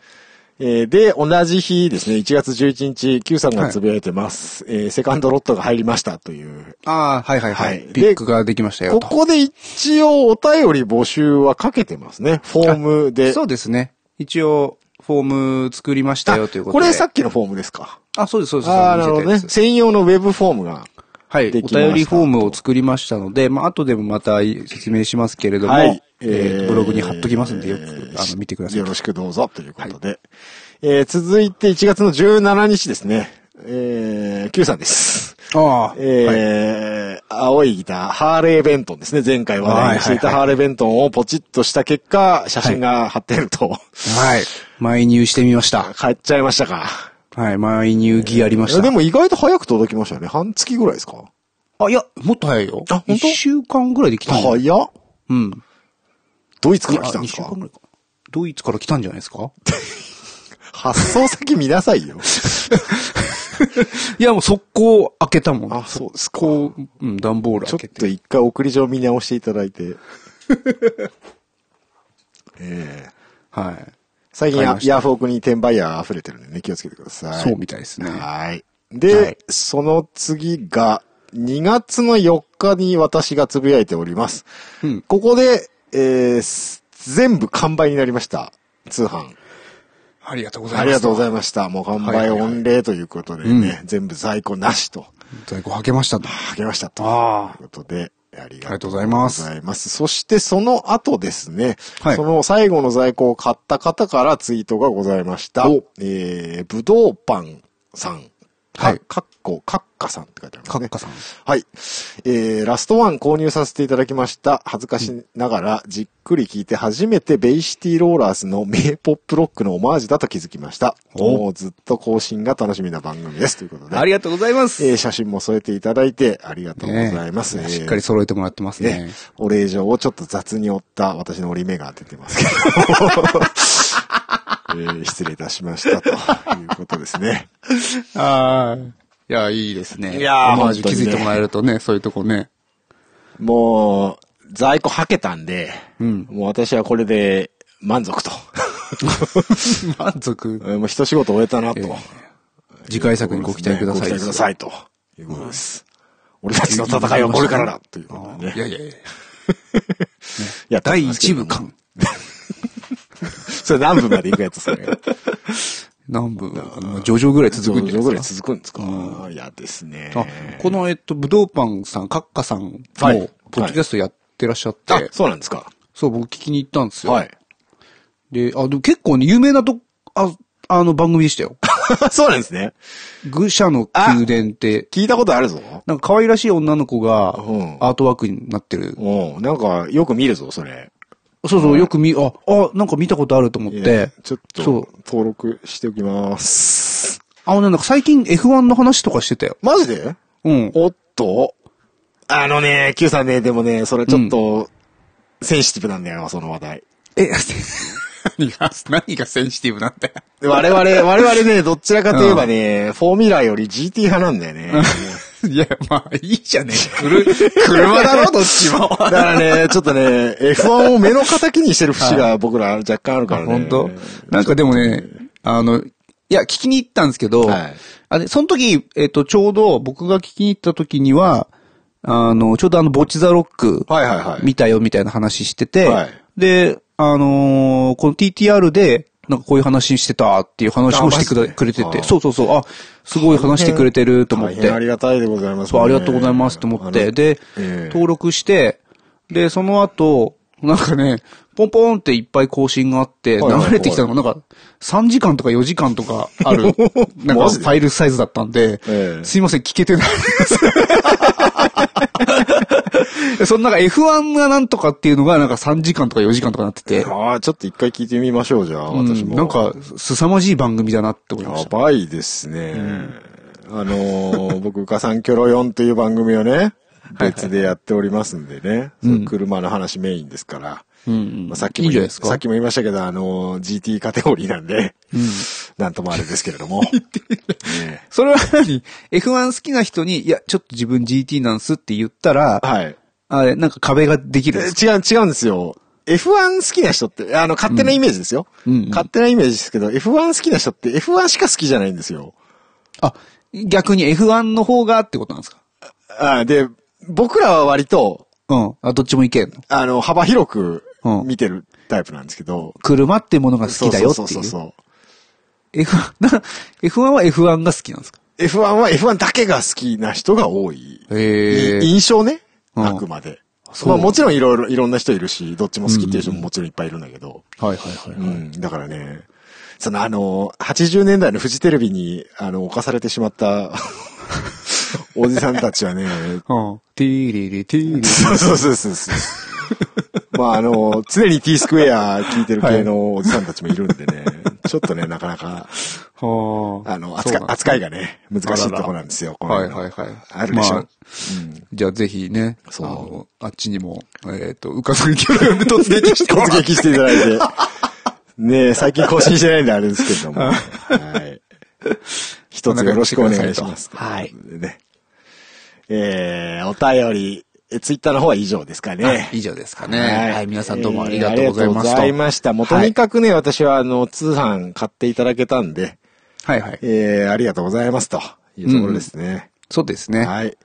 えーで、同じ日ですね、1月11日、Q さんがつぶやいてます。えーセカンドロットが入りましたという。
ああ、はいはいは
はいい。
ピックができましたよ。
ことこで一応お便り募集はかけてますね。フォームで。
そうですね。一応、フォーム作りましたよということ
こ
で。
れさっきのフォームですか。
あ、そうです、そうです。
ああ、なるほど
見
ね。
せたやつ
専用のウェブフォームが。
はい。お
できました
便りフォームを作りましたので、まあ、後でもまた説明しますけれども、
はい
え
え
ー
ー
ブログに貼っときますんで、よく、
え
あ
ー
の、見てください
よ。ろしくどうぞということで。えー続いて1月の17日ですね。えー、Q さんです。
ああ、はい
えー青いギター、ハーレーベントンですね。前回話題にしていた
はい
ハーレーベントンをポチッとした結果、写真が貼ってあると、
はい。前入してみました。
買っちゃいましたか。
はい。前入ギアありました。
でも意外と早く届きましたよね。半月ぐらいですか
あ、いや、もっと早いよ。
あ本当
一週間ぐらいで来たんだ
早っ
うん。
ドイツ
い
か
や
ら来たん
二
です
週
か
間ぐらいか。ドイツから来たんじゃないです か
発送先見なさいよ。
いや、もう速攻開けたもん。
あそうですか
こう、うん、段ボール
ちょ
開
っ
け
と
て。
一回送り状見直していただいて。ええ
はい。
最近
わかり
ヤ
ました
ヤフオクに転売ヤー溢れてるんでね、気をつけてください。
そうみたいですね。
はい。で、
はい
その次が、2月の4日に私がつぶやいております。
うん
ここで、えーす全部完売になりました。通販。
ありがとうございます。
ありがとうございました。もう完
はい
売
はいはい
御礼ということでね、
うん
全部在庫なしと、
在庫開けましたと。
あげましたと。
あ
ということで、あり
ありが
がと
と
う
うございま
ご
す。
ざいます。そしてその後ですね、
はい
その最後の在庫を買った方からツイートがございました
お。
えー、ぶどうパンさん。か
はい
かっこ、かっかさんって書いてあります
カ
ね
ッ。カさん。
はい。えー、ラストワン購入させていただきました。恥ずかしながらじっくり聞いて初めてベイシティローラーズの名ポップロックのオマージュだと気づきました。
お
もうずっと更新が楽しみな番組です。ということで。
ありがとうございます。
えー写真も添えていただいてありがとうございます。
ね
え
え
ー
しっかり揃えてもらってます
ね
ね。、
お礼状をちょっと雑に折った私の折り目が出てますけど、 えー失礼いたしましたということですね。
ああ。いや、いいですね。
いやー
オマージュ
本
気
当にね
づいてもらえるとね、そういうとこね。
もう、在庫はけたんで、
うん
もう私はこれで満足と。
満足。
えーもう一仕事終えたなと。
ええ次回作にご期待ください。
ご期待くださいということです。俺たちの戦いはこれ からだということでね。
いやいやいや。
やってい
第
きますけ
1
ど
部
も
間。
それ何分までいくやつですかね。
何部もう上々ぐらい 続くんじゃない
ぐら
で
い
す
続くんですか、いやですね。
か。あ、この、えっと、武道パンさん、カッカさんも、ポ
はい
ッドキャストやってらっしゃっ
あ
て、、
そうなんですか。
そう、僕聞きに行ったんですよ。
はい。
で、あ、でも結構ね、有名なと、あ、あの番組でし たよ。
そうなんですね。
愚者の宮殿って、
聞いたことあるぞ。
なんか可愛らしい女の子が
うん、
アートワークになってる。
うん。なんか、よく見るぞ、それ。
そうそう、よく見、あ、あ、なんか見たことあると思っ
い
て
や、ちょっ
そう
と、登録しておきます。
あのね、なんか最近 F1 の話とかしてたよ。
マジで
うん。
おっとあのね、Q さんね、でもね、それちょっと、センシティブなんだよ、その話題。
え、 何が、何がセンシティブなんだよ。
で我 々、我々ね、どちらかといえばね、フォーミュラーより GT 派なんだよ ね。
いや、まあ、いいじゃ ねえ。くる、車 だろ、どっちも。
だからね、ちょっとね、F1 を目の敵にしてる節が僕ら若干あるからね。
本当なんかでもね、あの、いや、聞きに行ったんですけど、
はい
あれ、その時、えっ、と、ちょうど僕が聞きに行った時には、あの、ちょうどあの、ボチザロック、
はいはいはい
見たよみたいな話してて、
はい
で、あのーこの TTR で、なんかこういう話してたっていう話もしてく
あマジ
だ
で
くれて
あ
て、そうそうそう、あ、すごい話してくれてると思っ
大
て
変あ。りがたいでございます、
そう、ありがとうございますと思っ
あ
て、
の
で、
ええ
登録して、で、その後、なんかね、ポンポンっていっぱい更新があって、
はいはいはい
流れてきたのが、なんか、3時間とか4時間とかある、なんか
マ
フ
ジで
ァイルサイズだったんで
え、え
すいません、聞けてないです。 そのなんか F1 がなんとかっていうのが、なんか3時間とか4時間とかなってて、
ああ、ちょっと一回聞いてみましょう、じゃあ、私
うん
も。
なん、か、凄まじい番組だなって思いま
や
した。
ばいですね。あのー 僕、うかさんキョロ4という番組をね、別でやっておりますんでね、そう車の話メインですから。
うん
まあ、さっき
いい
も
んじ
言
ゃない
い
ですか
さっきも言いましたけど、あのー GT カテゴリーなんで、 なんともあれですけれ ども。ね
それは何 ?F1 好きな人に、いや、ちょっと自分 GT なんすって言ったら、
はい。
あれ、なんか壁ができるん
え
です
違う、違うんですよ。 F1 好きな人って、あの、勝手なイメージですよ。
うんうん
勝手なイメージですけど、F1 好きな人って F1 しか好きじゃないんですよ。
あ、逆に F1 の方がってことなんですか
あで、僕らは割と、
うん。あ、どっちもいけんの。
あの、幅広く
うん
見てるタイプなんですけど、
車ってものが好きだよって
そう
い。
そううそうそう。
F1、な F1 は F1 が好きなんですか
F1 は F1 だけが好きな人が多い。
へ
い
え。
印象ね。
うん
あくまで。
そう
まあもちろんいろいろ、いろんな人いるし、どっちも好きっていう人ももちろんいっぱいいるんだけど。
はいはいはい。
うん、だからね、そのあの、80年代のフジテレビに、あの、侵されてしまった、 おじさんたちはね、
うん。ティーリリティーリリ。
そうそうそうそうそう。まああの、常に T スクエア聞いてる系のおじさんたちもいるんでね、ちょっとね、なかなか、
は
あの、扱い扱いがね、難しいとこなんですよ。この
はいはいはい。
あるでしょ。
まあじゃあぜひね、
そう
あの、あっちにも、えっと、うかさんキャラで突撃してもら
突
う
撃していただい て。ねえ、最近更新してないんであれですけども。はい。一つよろしくお願いします。
はい
ね。えー、お便り、えツイッターの方は以上ですかね。
以上ですかね。はい、皆さんどうもありがとうござ
えーあ
います。
りがとうございました。もうと
は
に
い
かくね、私はあの、通販買っていただけたんで、
はいはい。
えー、ありがとうございますというところですね。
そうですね。
はい。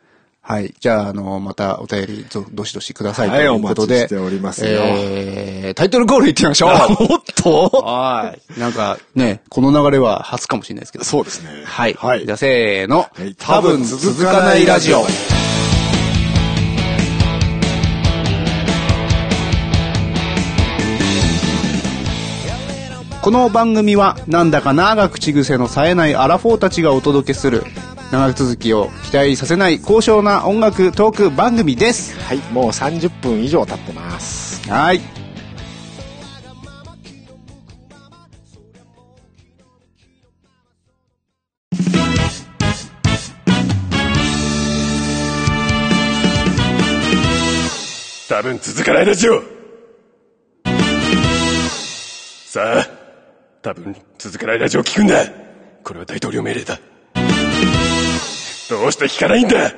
はい。じゃあ、あの、またお便り、どどしどしくださいと
はい
いうことで。
お待ちしておりますよ
えー、タイトルコールいってみましょう。
おっと
はい。 なんか、ね、この流れは初かもしれないですけど。
そうですね。
はい。
はい
じゃ。あ、せーの
はい。
多分続かないラジオ。この番組はなんだか長口癖の冴えないアラフォーたちがお届けする長続きを期待させない高尚な音楽トーク番組です
はい、もう30分以上経ってます。
はい
多分続かないラジオさあ、多分続かないラジオを聞くんだこれは大統領命令だどうして聞かないんだ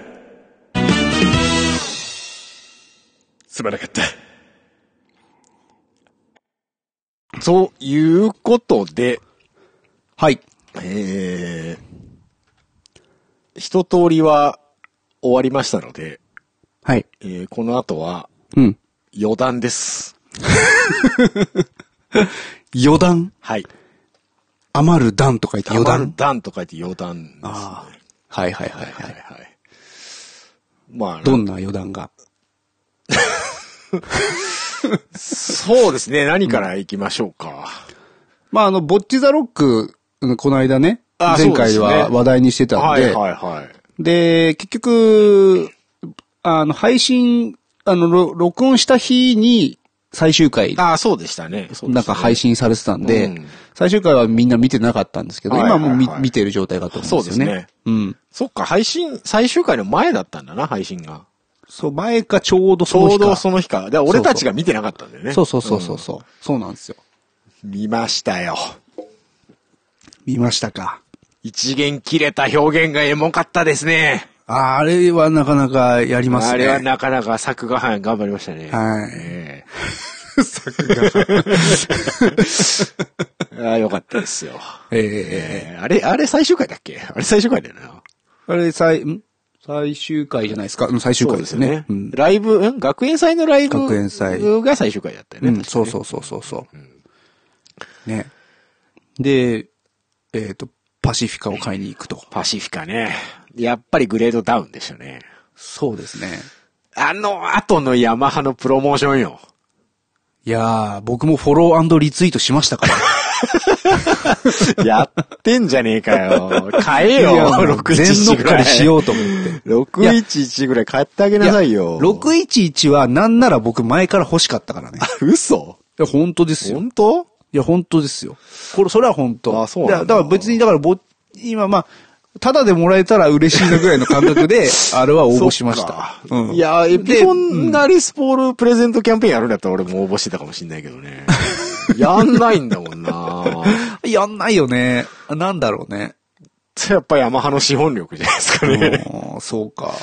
すまなかった。
ということで、
はい
えー、一通りは終わりましたので、
はい
えーこの後は
うん
余談です。
余談
はい。
余る段と書いて余談
談と書いて余談です、ね。
ああはいはいはいは
はい
い
はい。まあ、
どんな余談が
そうですね。何から行きましょうか。
まああのボッチザロックうんこの間ね
あ
前回
そうです
は
ね
話題にしてたん
はい
で
はいはい。
で、結局、あの、配信、あの、ろ録音した日に最終回、
ああ、そうでしたね。そうでしたね
なんか配信されてたんで、
うん
最終回はみんな見てなかったんですけど、
はい
今はもう見,、
はいはい
てる状態だと思うんですよね。
そうですね
うん。
そっか、配信、最終回の前だったんだな、配信が。
そう、前かちょうど
ち
その
ょ
日
う
か。
どその日か。で、俺たちが見てなかったんだよね。
そうそうそうそうそう、そうなんですよ。
見ましたよ。
見ましたか。
一元切れた表現がエモかったですね。
ああれはなかなかやりますね。
あれはなかなか作画班頑張りましたね。
はい
え
作画。
え ああ、よかったですよ。
ええ
ええあれ、あれ最終回だっけあれ最終回だよな。
あれ最、ん最終回じゃないですか。うん、最終回ですよね。うん
ライブ、ん学園祭のライブ
学園祭
が最終回だったよね。
うん、そうそうそうそうそう。ね。で、えっ、と、パシフィカを買いに行くと。
パシフィカね。やっぱりグレードダウンでしたね。
そうですね。
あの後のヤマハのプロモーションよ。
いやー、僕もフォローリツイートしました から。
やってんじゃねえかよ。買え
い
よ、
やもう全乗
611
っ
ぐ
からり
い。
しようと思 って。
611ぐらい買ってあげなさいよ。
611はなんなら僕前から欲しかったからね。
嘘
いや、本当ですよ。
本当
いや、本当ですよ。これ、それは本当。
あそうなんだ
いやだから別に、だからぼ、今まあ、ただでもらえたら嬉しいなぐらいの感 覚で、あれは応募しました。うん
いや、エピコ
で
ンがレスポールプレゼントキャンペーンやるんだったら俺も応募してたかもしんないけど ね。やんないんだもんな
やんないよね。あなんだろうね。
やっぱヤマハの資本力じゃないですかね。
うんそうか。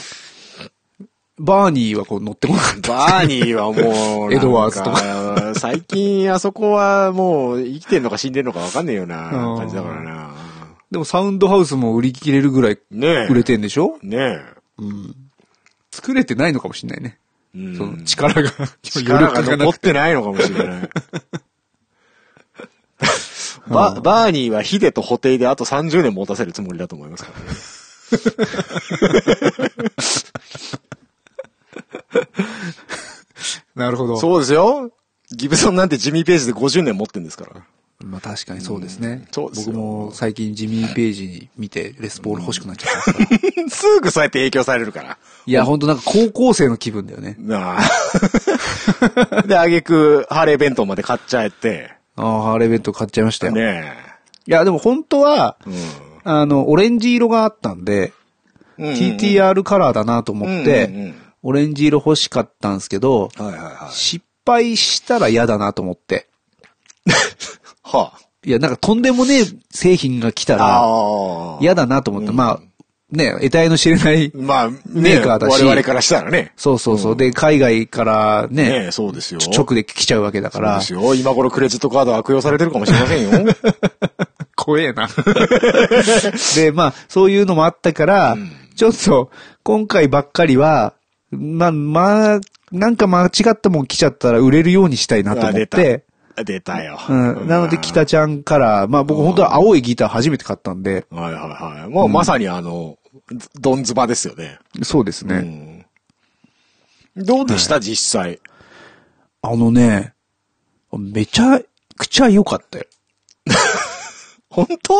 バーニーはこう乗ってこなかった。
バーニーはもう、
エドワーズと
か。最近あそこはもう生きてんのか死んでんのかわかんねえような
うん
感じだからな。
でもサウンドハウスも売り切れるぐらい
ねえ。
売れてんでしょ
ね
作れてないのかもしれないね。
え。うん
その力が、
力が残
な
っ
く
てないのかもしれない。 ババーニーはヒデとホテイであと30年持たせるつもりだと思いますからね。
なるほど。
そうですよ。ギブソンなんてジミー・ページで50年持ってんですから。
まあ確かにそうですね。
んそうですよ
僕も最近ジミー・ページ見てレスポール欲しくなっちゃったから。い
すぐそうやって影響されるから。
や、ほんとなんか高校生の気分だよね。
なあ。 で、あげく、ハーレー弁当まで買っちゃえって。
ああ、ハーレーベント買っちゃいましたよ。
ね
いや、でも本当は、
え。
あの、オレンジ色があったんで、
うん。うん
TTR カラーだなと思っ
うんうんう
て
ん、
オレンジ色欲しかったんですけど、
はいはいはい。
失敗したら嫌だなと思って。
はあ。
いや、なんかとんでもねえ製品が来たら
ああ。
嫌だなと思って、まあ、ね、得体の知れない、
まあ、ね
メーカーだし
我々からしたらね。
そうそうそう、で、海外から
ね
ね、
え、そうですよ。
直で来ちゃうわけだか
そう
ら
で、すよ。今頃クレジットカード悪用されてるかもしれませんよ。
怖えな。 で、まあ、そういうのもあったから、ちょっと、今回ばっかりは、ま、まあ、なんか間違ったもん来ちゃったら売れるようにしたいなと
あ
思っ
出
て、
た。出たよ。
うん。なので、
た
北ちゃんから、まあ僕本当は青いギター初めて買ったんで、
はいはいはい。もうまさにあの、ずどんずばですよね。
そうですね。
うんどうでした、実際。
あのね、めちゃくちゃ良かったよ。
本当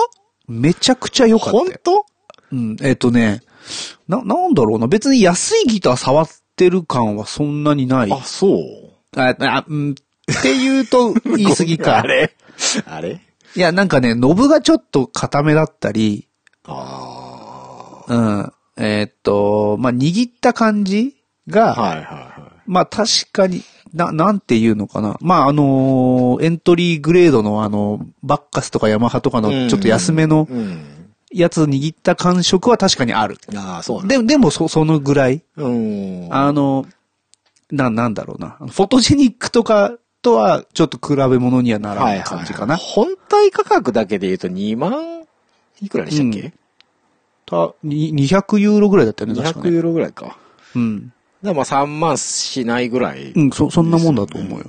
めちゃくちゃ良かった
本
よ。
当
うん、えっ、とね、な、なんだろうな。別に安いギター触ってる感はそんなにない。
あ、そう。
あ、あ、うん、って言 うと言い過ぎか
あ。 れあれ
いや、なんかね、ノブがちょっと固めだったり、
あ
うん、えーっと、まあ、握った感じ
あ。
が、
はいはいは
まあ、確かに、な、なんていうのかな。まあ、あのーエントリーグレードのあの、バッカスとかヤマハとか
うん
のちょっと安めの
い。うん。
やつ握った感触は確かにある。
ああ、そうね。
で、でも、そ、そのぐらい。
うん。
あの、な、なんだろうな。フォトジェニックとかとは、ちょっと比べ物にはならない感じかな。
本体価格だけで言うと2万、いくらでしたっけ、
たに200ユーロぐらいだったよね、確か
?200
ね。
ユーロぐらいか。だか
うん。
らまあ3万しないぐらい。
うん、そ、そんなもんだと思うよ。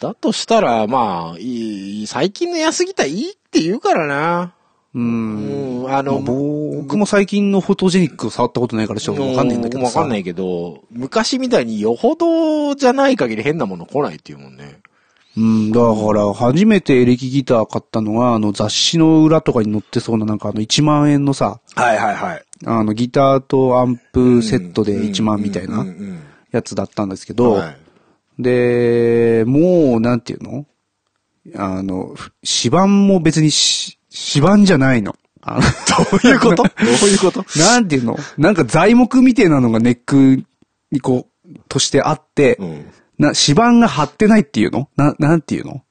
だとしたら、まあ、いい、最近の安ぎたいいって言うからな。
う。
うんん、あの、
僕も最近のフォトジェニックを触ったことないからちょっとわかんないんだけど
わ
さ。
かんないけど、昔みたいによほどじゃない限り変なもの来ないっていうもんね。
うん、だから、初めてエレキギター買ったのが、あの、雑誌の裏とかに載ってそうな、なんかあの、1万円のさ、
はいはいはい。
あの、ギターとアンプセットで1万みたいな
うんうん
やつだったんですけ
うん
ど、
はい
で、もう、なんていうのあの、ふ指板も別にし、指板じゃないの。あの
どういうこと どういう こと
なんていうのなんか材木みたいなのがネックにこう、としてあって、
ん
な、指板が張ってないっていうのな、なんていうの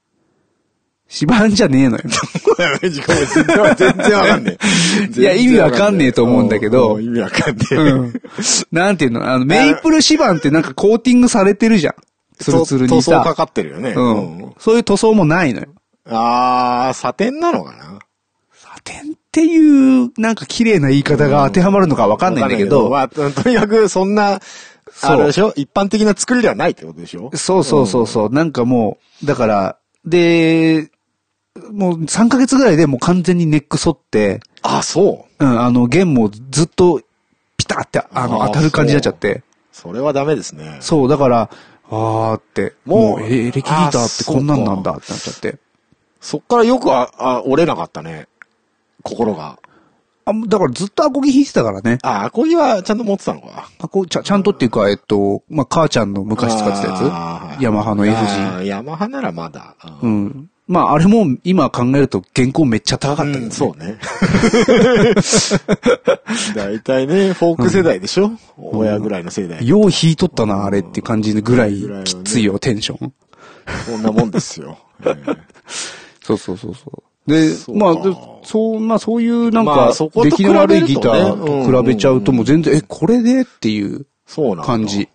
指板じゃねえのよ。
全然わ かんねえ。
いや意味わかんねえと思うんだけど
う意味わかんねえ。
うん。 なんていうのあの、メイプル指板ってなんかコーティングされてるじゃん。ツルツルに
塗装か
さ。
かってるよね。
うん。。そういう塗装もないのよ。
あー、サテンなのかな
サテンっていう、なんか綺麗な言い方が当てはまるのかわかんないんだけど、
わかんないけどまあ、とにかくそんな、
そう
あれでしょ一般的な作りではないってことでしょ
そうそうそうそう、なんかもう、だから、で、もう3ヶ月ぐらいでもう完全にネック反って、
あ、そう。
うん、あの、弦もずっと、ピタって、あの、
あー
当たる感じになっちゃって。
それはダメですね。
そう、だから、あーって、
も
も
う
う、えエレキギターってこんなんなんだってなっちゃって。
そっからよくああ折れなかったね。心が。
あ、だからずっとアコギ弾いてたからね。
あ、アコギはちゃんと持ってたのか。
アコちゃ、ちゃんとっていうか、えっと、まあ、母ちゃんの昔使ってた
あーは
や
い
つヤマハの FG。
あーヤマハならまだ。うん
うん。まあ、あれも今考えると原稿めっちゃ高かったけどね
うんそう ね。大体ね、フォーク世代でしょ、親ぐらいの世代。
よう弾いとったな、あれって感じのぐらい
ぐらいはね
きついよ、テンション。
こんなもんですよ。ええ
そうそうそうそう。で、
うか
まあ、でそう、まあそういうなん
まあ
か
そこ、と
出来の悪いギターと比べちゃうともう全然、え、これでっていう。
そうなんだ
感じ。。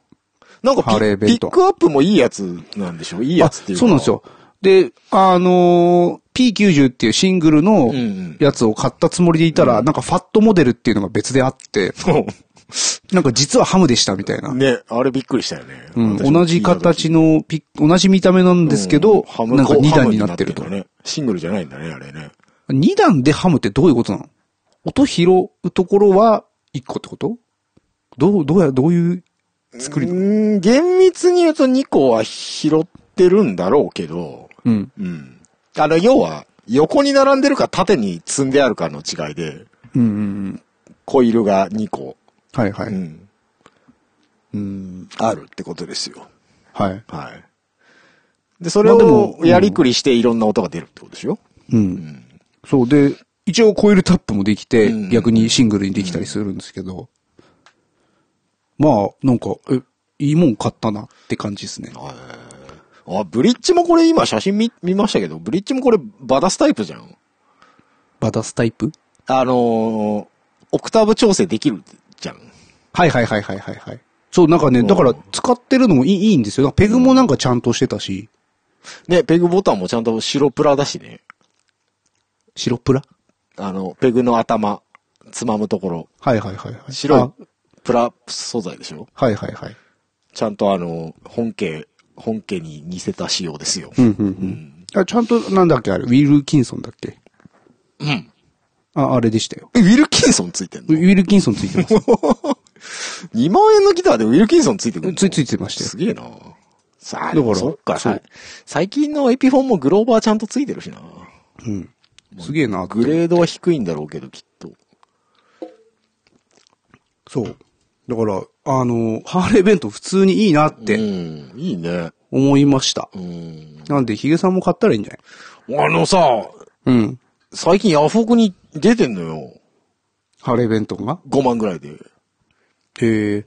なんかピ
ハレーベ
ピ
ント
ックアップもいいやつなんでしょいいやつっていうか
あそうなんです。よ。で、あのー P90 っていうシングル
う
の
んうん
やつを買ったつもりでいたら、なんかファットモデルっていうのが別であって、
そう。
なんか実はハムでしたみたい な。
ね、あれびっくりしたよね。
うん、
私も
同じ
聞い
形のピッ、同じ見た時見た目なんですけど、
ハム
なんか
こう
2
ハ
段
ム
になってる
ん
と。
だね。シングルじゃないんだね、あれね。
2段でハムってどういうことなの音拾うところは1個ってことどう、どうや、どういう作り
う
なの
ーん、厳密に言うと2個は拾ってるんだろうけど、
うん。
うん。あの、要は、横に並んでるか縦に積んであるかの違いで、
うんうんうん。
コイルが2個、
はいは
う
い。うん
ん、
ーん。
あるってことですよ。
はい。
はい。で、それ
まあで
を
もうん
やりくりしていろんな音が出るってことでしょ
うん。そう。で、一応コイルタップもできて、
うん
逆にシングルにできたりするんですけど、まあ、なんか、え、いいもん買ったなって感じですね。
あ、ブリッジもこれ今写真見、見ましたけど、ブリッジもこれバダスタイプじゃん。
バダスタイプ
あのーオクターブ調整できるじゃん。
はいはいはいはいはいはい。そう、なんかね、だから使ってるのもいいいいんですよ。なんかペグもなんかちゃんとしてたし、
ね、ペグボタンもちゃんと白プラだしね。
白プラ
あの、ペグの頭、つまむところ。
はいはいはいはい。
白いプラ素材でしょ
あはいはいはい。
ちゃんとあの、本家、本家に似せた仕様ですよ。
うんうんうん。あちゃんと、なんだっけあれ、ウィルキンソンだっけうん。あ、あれでしたよ。
えウィルキンソンついてん
ウ
の
ィウィルキンソンついてます。
?2 万円のギターでウィルキンソンついて くるの
ついついてましたよ
す。げえなさあ、
だから
そっか、
そう
さ最近のエピフォンもグローバーちゃんとついてるしな。
すげえなって
グレードは低いんだろうけど、きっと。
そう。だから、あの、ハーレーベント普通にいいなっ
う
て
ん、いいね。
思いました。
うん。
なんで、ヒゲさんも買ったらいいんじゃない
あのさ、
うん。
最近ヤフオクに出てんのよ。
ハーレーベントが
5万ぐらいで。
へえ。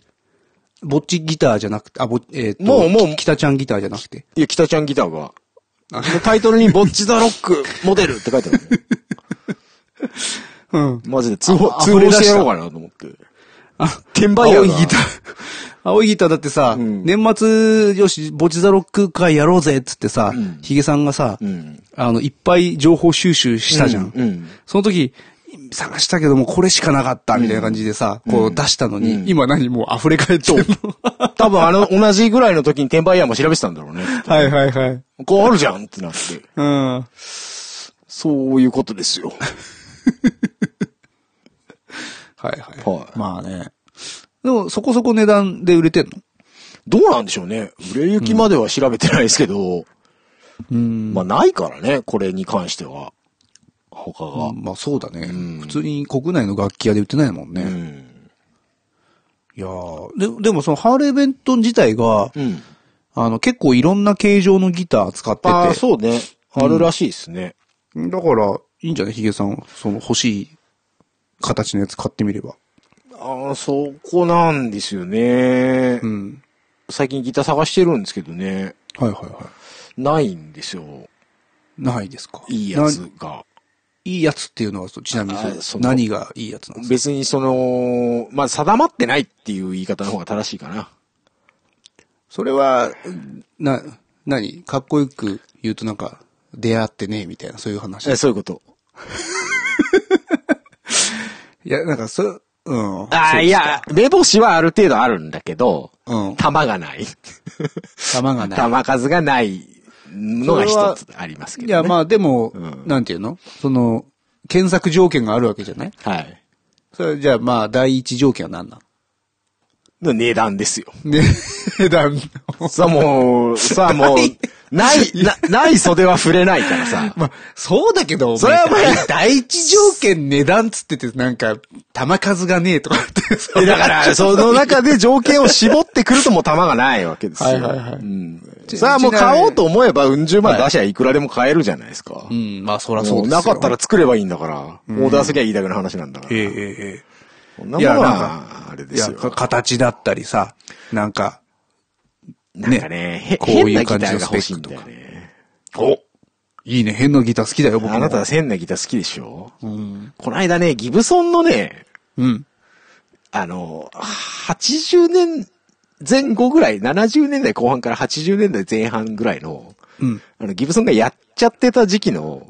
ぼっちギターじゃなくて、あ、ぼっ、えっ、と、
もうもう
北ちゃんギターじゃなくて。
いや、北ちゃんギターが。タイトルに、ボッチ・ザ・ロッ ク、モデルって書いてある、ね。
うん。
マジで通報
あ、
通報してやろうかなと思って。
あ、
転売ヤー
青
が
いギター。 青いギターだってさ、
ん
年末、よし、ボチザロック会やろうぜっつってさ、ヒゲさんがさ、
ん
あの、いっぱい情報収集したじゃん。
うんうん
その時、探したけどもこれしかなかったみたいな感じでさ、こう出したのに、今何もう溢れ返ってるの
多分あの、同じぐらいの時に転売ヤーも調べてたんだろうね。
はいはいはい。
こうあるじゃんってなって。
うん。
そういうことですよ。
はいはい。
はい
まあね。でも、そこそこ値段で売れてんの
どうなんでしょうね。売れ行きまでは調べてないですけど、
うん。
まあないからね、これに関しては。他が。
まあそうだね、
ん
普通に国内の楽器屋で売ってないもんね。
うん。
いやーで、でもそのハーレーベントン自体が、
うん。
あの結構いろんな形状のギター使って
ああ、
て、
そうね。あるらしいですね。
だからいいんじゃないヒゲさん、その欲しい形のやつ買ってみれば。
ああ、そこなんですよね。
うん。
最近ギター探してるんですけどね。
はいはいは
ないんですよ。
い。ないですか。
いいやつ
な。
が。
いいやつっていうのは、そうちなみに
あー
そ
そうの
何がいいやつなんですか
別にその、まあ、定まってないっていう言い方の方が正しいかな。
それは、な、何かっこよく言うとなんか、出会ってねえみたいな、そういう話。
え
い
そういうこと。
や、なんか、それ、うん。
ああ、いや、目星はある程度あるんだけど、
うん
玉がない。
玉がない。
玉数がないのが一つありますけ
い
ど、ね。
や、まあでも、
ん
なんていうのその、検索条件があるわけじゃない
はい。
それじゃあまあ、第一条件は何な
の値段ですよ。
のね、 値段。
さあもう、さあもう、 ない、な、ない袖は触れないから さ。
まあ、そうだけど、
それはまあ
お前第一条件値段つってて、なんか、玉数がね えとかってさ。
だから、その中で条件を絞ってくるともう玉がないわけですよ。
はいはいはい
うんさあもう買おうと思えば、うん十万出しゃいくらでも買えるじゃないですか。
うん、まあそらそうですよ
なかったら作ればいいんだから、オーダーすりゃいいだけの話なんだから。
えええ
こん
え
なも
え。い
の
や、なん
は
か、、
あれで
いや、
す
か
よ。
形だったりさ、なんか、
なんかね、へ
こう
変
い
な
う
ギター
感じ
が
の
欲しいんだよ
ス
ね。
おいいね、変なギター好きだよ、僕も
あなたは変なギター好きでしょこの間ね、ギブソンのね、
うん。
あの、80年前後ぐらい、70年代後半から80年代前半ぐらいの、
うん。
あの、ギブソンがやっちゃってた時期 の、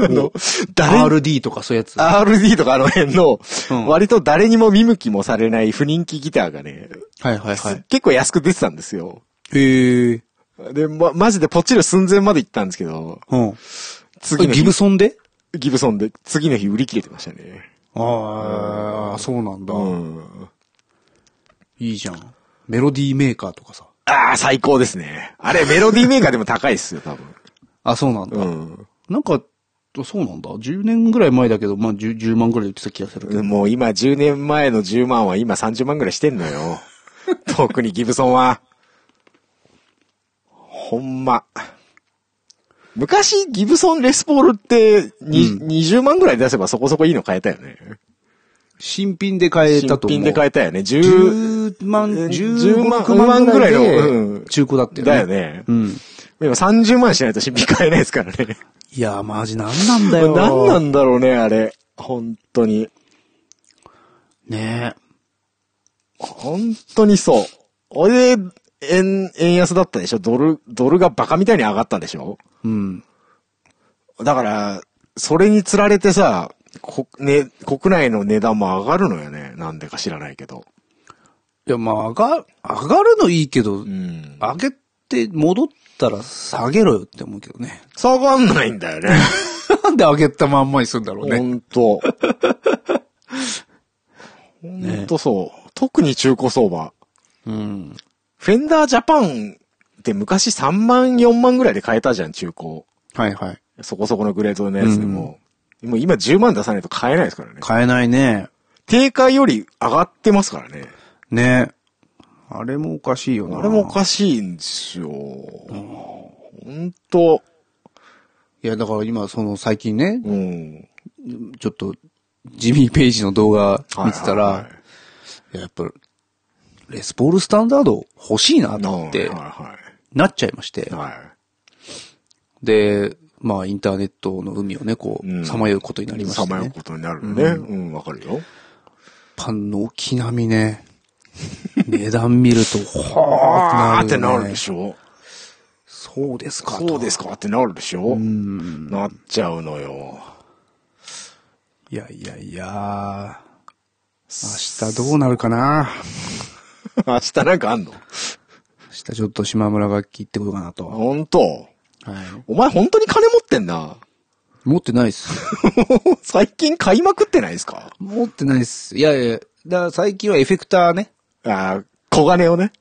あの、誰
RD とかそういうやつ。
RD とかあの辺の
う、ん
割と誰にも見向きもされない不人気ギターがね、
はいはいはい。
結構安く出てたんですよ。
へえ。
で、ま、マジでポチる寸前まで行ったんですけど、
うん。
次の日
ギブソンで
ギブソンで次の日売り切れてましたね。
ああ、そうなんだ。
うん。
いいじゃん。メロディーメーカーとかさ。
ああ、最高ですね。あれ、メロディーメーカーでも高いっすよ、多分。
あ、そうなんだ。
うん。
なんか、そうなんだ。10年ぐらい前だけど、まあ 10, 10万ぐらいで売ってた気がするけど。
もう今10年前の10万は今30万ぐらいしてんの よ。特にギブソンは。ほんま。昔、ギブソンレスポールって、に20万ぐらい出せばそこそこいいの買えたよね。
新品で買えた
新
と思う。
品で買えたよね。10
10万、
10
15
万
万ぐらい
うん
の中古だったよね。
だよ。ね。
うん。
今30万しないと新品買えないですからね。
いやー、マジなんなんだよ。
何 なんだろうね、あれ。本当に。
ねえ。
本当にそう。俺で、円、円安だったでしょドル、ドルがバカみたいに上がったんでしょ
うん。
だから、それにつられてさ、こ、ね、国内の値段も上がるのよね。なんでか知らないけど。
いや、まあ、上が、上がるのいいけど、
うん。
上げて戻ったら下げろよって思うけ どね。
下がんないんだ よね。
なんで上げたまんまにするんだろうね。
本当本当そう。特に中古相場。
うん。
フェンダージャパンって昔3万4万ぐらいで買えたじゃん、中古。
はいはい。
そこそこのグレードのやつでも。もう今10万出さないと買えないですからね。
買えないね。
定価より上がってますからね。
ねあれもおかしいよな。
あれもおかしいんですよ。ほんと。
いや、だから今、その最近ね、
うん。
ちょっと、ジミー・ペイジの動画見てたら、
はいはいはい
ややっぱ、レスポールスタンダード欲しいなっ
はい
て
は
なっちゃいまして
い。は
で、まあ、インターネットの海をね、こ
うん。
う、さまようことにないりまし
さ
た
まよう
ね。
ことになるよね。うん、わかるよ。
パンの沖並みね、値段見ると、ほ
あ
ー
ーってなる
ね
でしょ。
そうですかと。
そうですかってなるでしょ。
うん。
なっちゃうのよ。
いやいやいや明日どうなるかな
明日なんかあんの
明日ちょっと島村楽器ってことかなと。
ほんと。
はい。
お前本当に金持ってんな。
持ってないっす。
最近買いまくってないですか
持ってないっす。いやいや、だから最近はエフェクターね。
ああ、小金をね。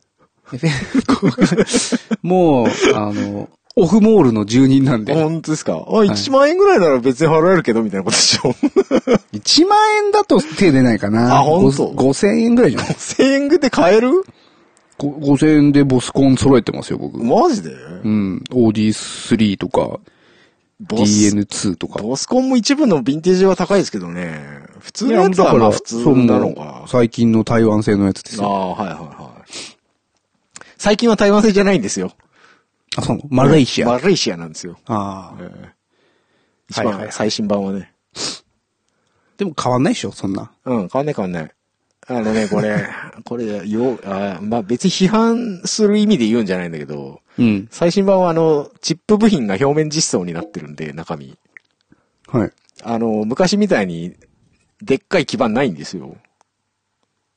エフェもう、あの、オフモールの住人なんで。
本当ですかあ、1万円ぐらいなら別に払えるけど、みたいなことでしょ。
1万円だと手出ないかな。
あほんと
ご ?5000 円ぐらいじゃない
1000円で買える
ご ?5000 円でボスコン揃えてますよ、僕。う
マジで
ん。OD3 とか、
ボス
DN2 とか。
ボスコンも一部のヴィンテージは高いですけどね。普通
い
の
や
やつはまあ普
そう
通
もう
なのか。
最近の台湾製のやつです
あ
よ。
あ、はいはいはい。最近は台湾製じゃないんですよ。
あ、そうなのマレーシア。
マ
あ
レーシアなんですよ。
あ
え
ー。
え一
はいはい
番最新版はね。
でも変わんないでしょ、そんな。
うん、変わんない変わんない。あのね、これ、 これ、よ、あまあ別に批判する意味で言うんじゃないんだけど、
うん。
最新版はあの、チップ部品が表面実装になってるんで、中身。
はい。
あの、昔みたいに、でっかい基板ないんですよ。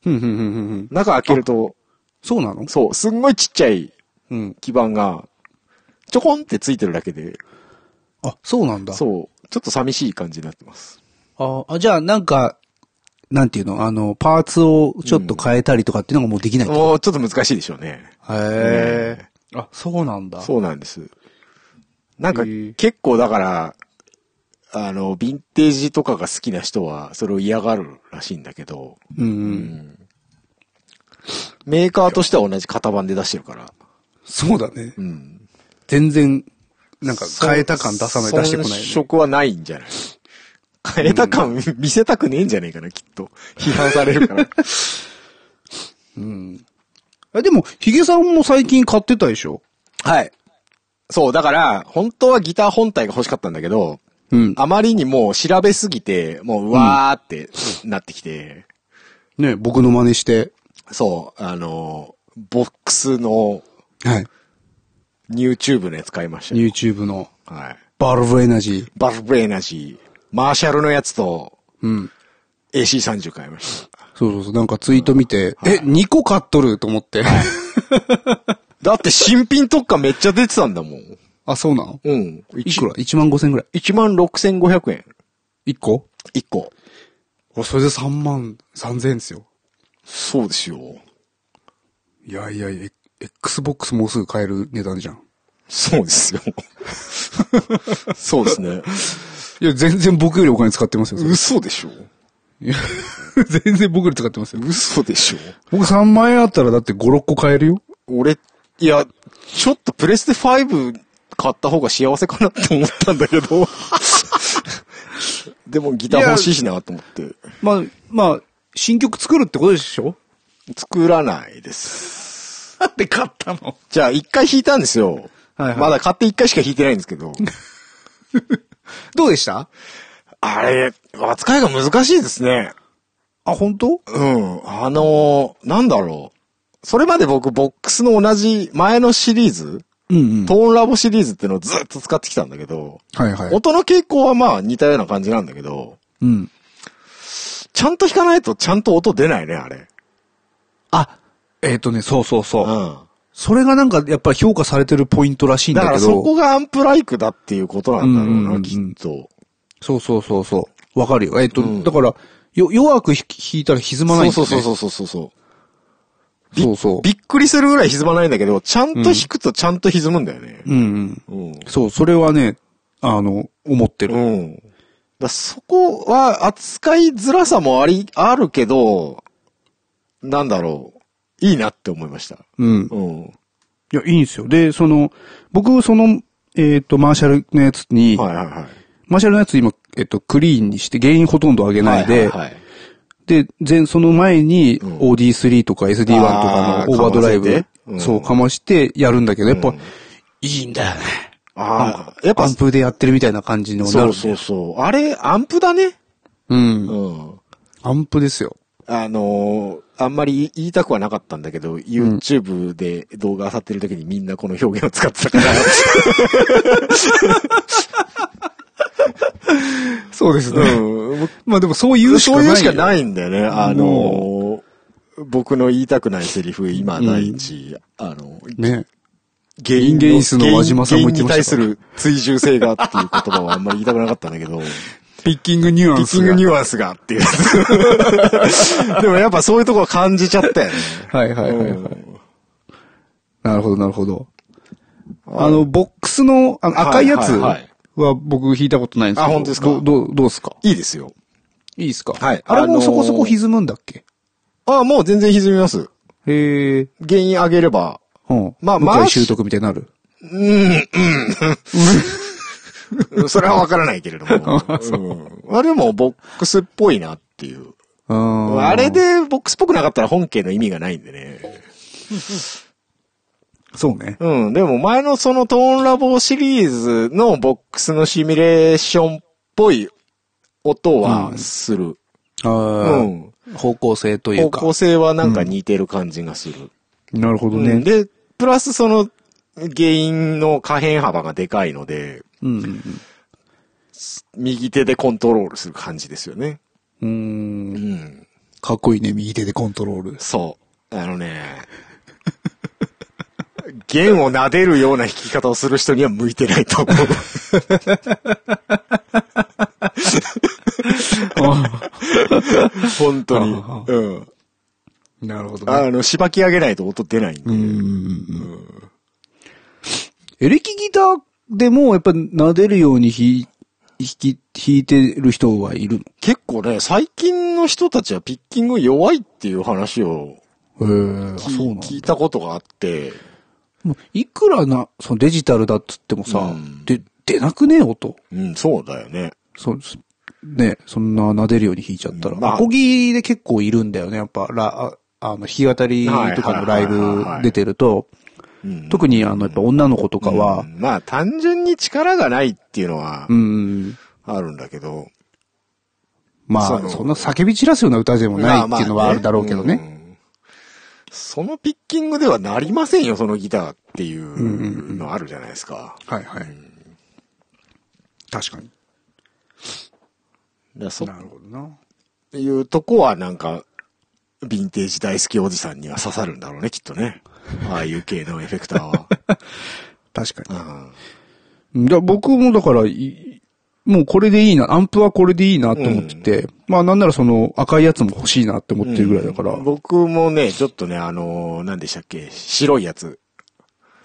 ふんふんふんふんふん。
中開けると、
そうなの
そう、すんごいちっちゃい
うん。
基板が、ちょこんってついてるだけで、
あ、そうなんだ。
そう、ちょっと寂しい感じになってます。
ああ、じゃあなんか、なんていうのあの、パーツをちょっと変えたりとかっていうのがもうできない。
もうちょっと難しいでしょうね。
へえ。あ、そうなんだ。
そうなんです。なんか
へー
結構だから、あの、ヴィンテージとかが好きな人はそれを嫌がるらしいんだけど、
う。ん。
メーカーとしては同じ型番で出してるから、
そうだね
う。ん。
全然、なんか変えた感出さない、出してこない
遜
よね。
色はないんじゃない変えた感見せたくねえんじゃねえかな、き っと。批判されるから。
え、でも、ヒゲさんも最近買ってたでしょ
はい。そう、だから、本当はギター本体が欲しかったんだけど、
うん。
あまりにもう調べすぎて、もううわーってなってきて、
ね、僕の真似して。
そう、あのーボックスの
はい。
YouTube のやつ買いましたよ。
YouTube の
はい。
バルブエナジー。
バルブエナジー、マーシャルのやつと
うん。
AC30 買いました。
そうそうそう。なんかツイート見て、え、2個買っとると思って。
だって新品特価めっちゃ出てたんだもん。
あ、そうなの
うん。
いくら ?1 万5千ぐら
?1 万6500円。
い。1個
1個。
あそれで3万3千円ですよ。
そうですよ。
いやいやいや、え Xbox もうすぐ買える値段じゃん。
そうです よ。そうですね。
いや、全然僕よりお金使ってますよ。それ
嘘でしょ
いや 全然僕より使ってますよ。
嘘でしょ
僕3万円あったらだって5、6個買えるよ。
俺、いや、ちょっとプレステ5買った方が幸せかなって思ったんだけど。 でもギター欲しいしなと思って。
まあ、まあ、新曲作るってことでしょ
作らないです。
だって買ったの。
じゃあ一回弾いたんですよ。
はいはい
まだ買って一回しか弾いてないんですけど。
どうでした
あれ、扱いが難しいですね。
あ、本当
うん。あのーなんだろう。それまで僕、ボックスの同じ前のシリーズ、
うんうん。
トーンラボシリーズっていうのをずっと使ってきたんだけど、
はいはい。
音の傾向はまあ似たような感じなんだけど、
うん。
ちゃんと弾かないとちゃんと音出ないね、あれ。
あ、えっ、とね、そうそうそうう。
ん。
それがなんかやっぱ評価されてるポイントらしいん
だ
だ
か
け
ら
ど。
そこがアンプライクだっていうことなんだろう
うんうんう
な、
ん
きっと。
そうそうそうそう。わかるよ。えっ、と、だから、よ、弱くひ弾いたら歪まないんです
そ
ね。
うそうそうそうそうそう。
そうそう。
びっくりするぐらい歪まないんだけど、ちゃんと弾くとちゃんと歪むんだよね。
うんうん。
うん。
そう、それはね、あの、思ってる。
うん。だからそこは扱いづらさもあり、あるけど、なんだろう。いいなって思いました。
うん。
うん。
いや、いいんですよ。で、その、僕、その、えっ、と、マーシャルのやつに、
はいはいはい。
マーシャルのやつ今、えっ、と、クリーンにして、原因ほとんど上げない
は
で、
いはいはい
で、前、その前に、
ん
OD3 とか SD1 とか
あー
のオーバードラ
かま
イブ
せて、うん
そう、かましてやるんだけど、やっぱ、いいんだよね。
ああ、やっ
ア
ぱ
ン、プでやってるみたいな感じのなる
そうそうそう。あれ、アンプだね。
うん。
うん。
アンプですよ。
あのーあんまり言いたくはなかったんだけど、YouTube で動画漁ってる時にみんなこの表現を使ってたから。
そうですね。
うん。
まあでもそういうし
そ
かな
う
い
い
よ。
うしかないんだよね。あのー僕の言いたくないセリフ、今第一、あの、
ね。
原
インゲイスの輪島さんも言ってました
原因に対する追従性がっていう言葉はあんまり言いたくなかったんだけど、
ピッキングニュア
ピ
ン
ッ
ス
キン
が。
グニュアンスがって いう。でもやっぱそういうとこは感じちゃったよね。
はいはいはい、
う
はい。
ん
なるほどなるほど。あの、ボックスの、あの
はい
赤いやつ
はいはい
は僕弾いたことないんですけど。
あ本当ですか
どどう、どうですか
いいですよ。
いいですか
はい
あれ
あの
も
ー
そこそこ歪むんだっけ、
ああ、もう全然歪みます。
へえ。
原因上げれば。
うん。
まあ
向井
まあ
習得みたいになる。
それはわからないけれど も。うん、あれもボックスっぽいなっていう。
うん。
あれでボックスっぽくなかったら本家の意味がないんでね。
そうね。
うん、でも前のそのトーンラボシリーズのボックスのシミュレーションっぽい音はする。
あ
う
ー
ん。
方向性という
方
か。
向性はなんか似てる感じがする。
なるほど
う
ね
ん。で、プラスその原因の可変幅がでかいので、
うん。うん
右手でコントロールする感じですよね。
うん。う
うんん。
かっこいいね、右手でコントロール。
そう。あのね、弦を撫でるような弾き方をする人には向いてないと思う。 本当に。うん。
なるほどね。
あの、しばき上げないと音出ないんで。
エレキギターでもやっぱ撫でるように弾弾き、弾いてる人はいる
結構ね、最近の人たちはピッキング弱いっていう話を
の。へえ、
聞
そうなんだ
聞いたことがあって、
もういくらな、そのデジタルだっつってもさ、
うん
で、出なくねえ音。
うん、そうだよね。
そうです。ね、そんな撫でるように弾いちゃったら。
まあ
アコギで結構いるんだよね、やっぱ、ラ、ああの、弾き語りとかのライ
はいはい
ブ
はいはい
出てると、
うん
特にあの、やっぱ女の子とかは
う、んまあ、単純に力がないっていうのは
うん、
あるんだけど、
ま
そ
あ、
の
そんな叫び散らすような歌でもないっていうのはあるだろうけどね。
まあまあねそのピッキングではなりませんよ、そのギターっていうのあるじゃないですか。
はいはい。確かに。
だからそ
なるほどな。
ういうとこはなんか、ヴィンテージ大好きおじさんには刺さるんだろうね、きっと ね。ああいう系のエフェクターは。
確か
うん
に。だ僕もだからい、もうこれでいいな、アンプはこれでいいなと思ってて、まあなんならその赤いやつも欲しいなって思ってるぐらいだから、
僕もね、ちょっとね、あのー、何でしたっけ、白いやつ。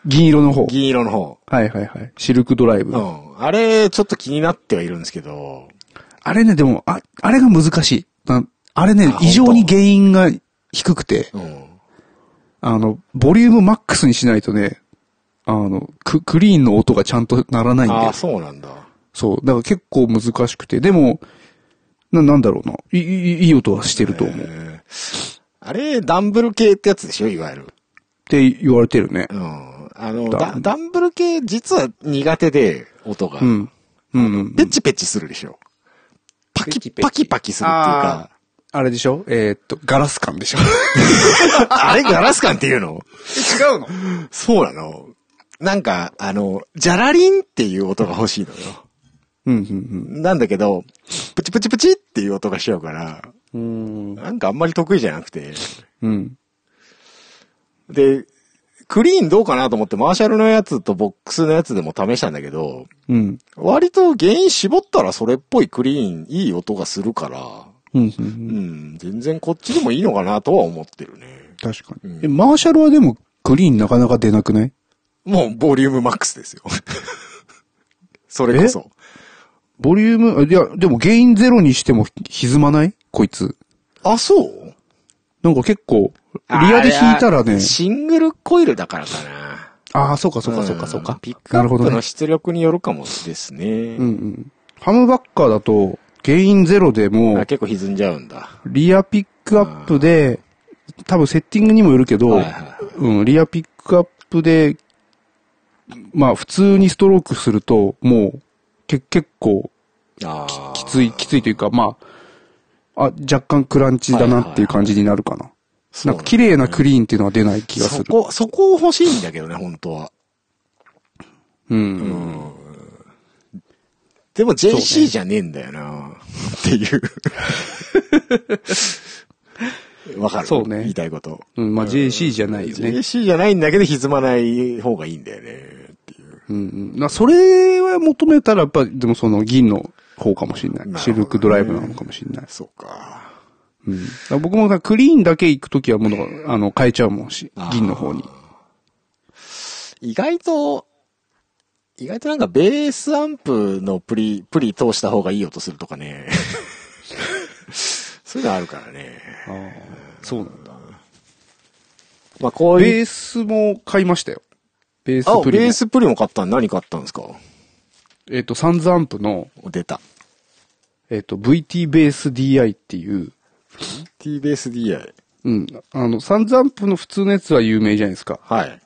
銀色の方。
銀色の方。
はいはいはい。シルクドライブ。
うん。あれ、ちょっと気になってはいるんですけど、
あれね、でも、あ、あれが難しい。ああれね
あ、
異常に原因が低くて、
うん。
あの、ボリュームマックスにしないとね、あの、ク、クリーンの音がちゃんとならないん
あ
で
あ、。そうなんだ。
そう。だから結構難しくて、でも、な、なんだろうな。いい、いいい音はしてると思う。っ
えーあれ、ダンブル系ってやつでしょ、いわゆる。
て言われてるね
う。ん。あの、
ダ
ダダンブル系、実は苦手で、音が。
うん。うんうん。
ペチペチするでしょ。パ
ペ
キ、
チペチ
パキパキするっていうか、
あれでしょえーっと、ガラス感で しょ
あれガラス感っていうの
違うの
そうなのなんか、あの、ジャラリンっていう音が欲しいのよ。
うんうん
なんだけど、プチプチプチっていう音がしちゃうから、
うん。うーん。
なんかあんまり得意じゃなくて。
うん。
で、クリーンどうかなと思って、マーシャルのやつとボックスのやつでも試したんだけど、
うん。
割と原因絞ったらそれっぽいクリーン、いい音がするから、
うんうんう。
うんん、全然こっちでもいいのかなとは思ってるね。
確かに
う。ん
え、マーシャルはでも、クリーンなかなか出なくない
もう、ボリュームマックスですよ。 それこそ。
ボリューム、あいや、でも原因ゼロにしてもひ歪まないこいつ。
あ、そう
なんか結構、リアで弾いたら
あれ
ね
は、シングルコイルだからかな。
ああ、そうかそうかそうかそう
うん
か
ピッ。ク
な
ア
るほ
ッ
ど
プ
ね
の。出力によるかもですね。
うんうん。ハムバッカーだと、原因ゼロでも
あ、結構歪んじゃうんだ。
リアピックアップで、多分セッティングにもよるけど
はいはいは、
うん、リアピックアップで、まあ普通にストロークすると、もう、け、結構
ああ。
きつい、きついというか、まあ、あ、若干クランチだなっていう感じになるかな。
そう
なんか綺麗なクリーンっていうのは出ない気がす
そ
る。
こ、そこ欲しいんだけどね、本当は。
うん。
でも
そう
JC
ね
じゃねえんだよな、っていう。 わかる
そうね
言いたいこと。
うん、まあ JC じゃないよね。
JC じゃないんだけど歪まない方がいいんだよね、っていう。
うんうん。なそれは求めたら、やっぱ、でもその銀の方かもしれない。
るほどね
シルクドライブなのかもしれない。
そうか。
うん。だから僕もさ、クリーンだけ行くときはもう、あの、変えちゃうもんし
あー、
銀の方に。
意外と、意外となんかベースアンプのプリ、プリ通した方がいい音するとかね。 そういうのあるからね。
そうなんだ。
まあこういう。
ベースも買いましたよ。ベース
あ、
プリも
ベースプリも買ったの何買ったんですか
えっ、と、サンズアンプの、
出た。
えっ、と、VT ベース DI っていう、
T ベース DI。
うん。あの、サンズアンプの普通のやつは有名じゃないですか。
はい。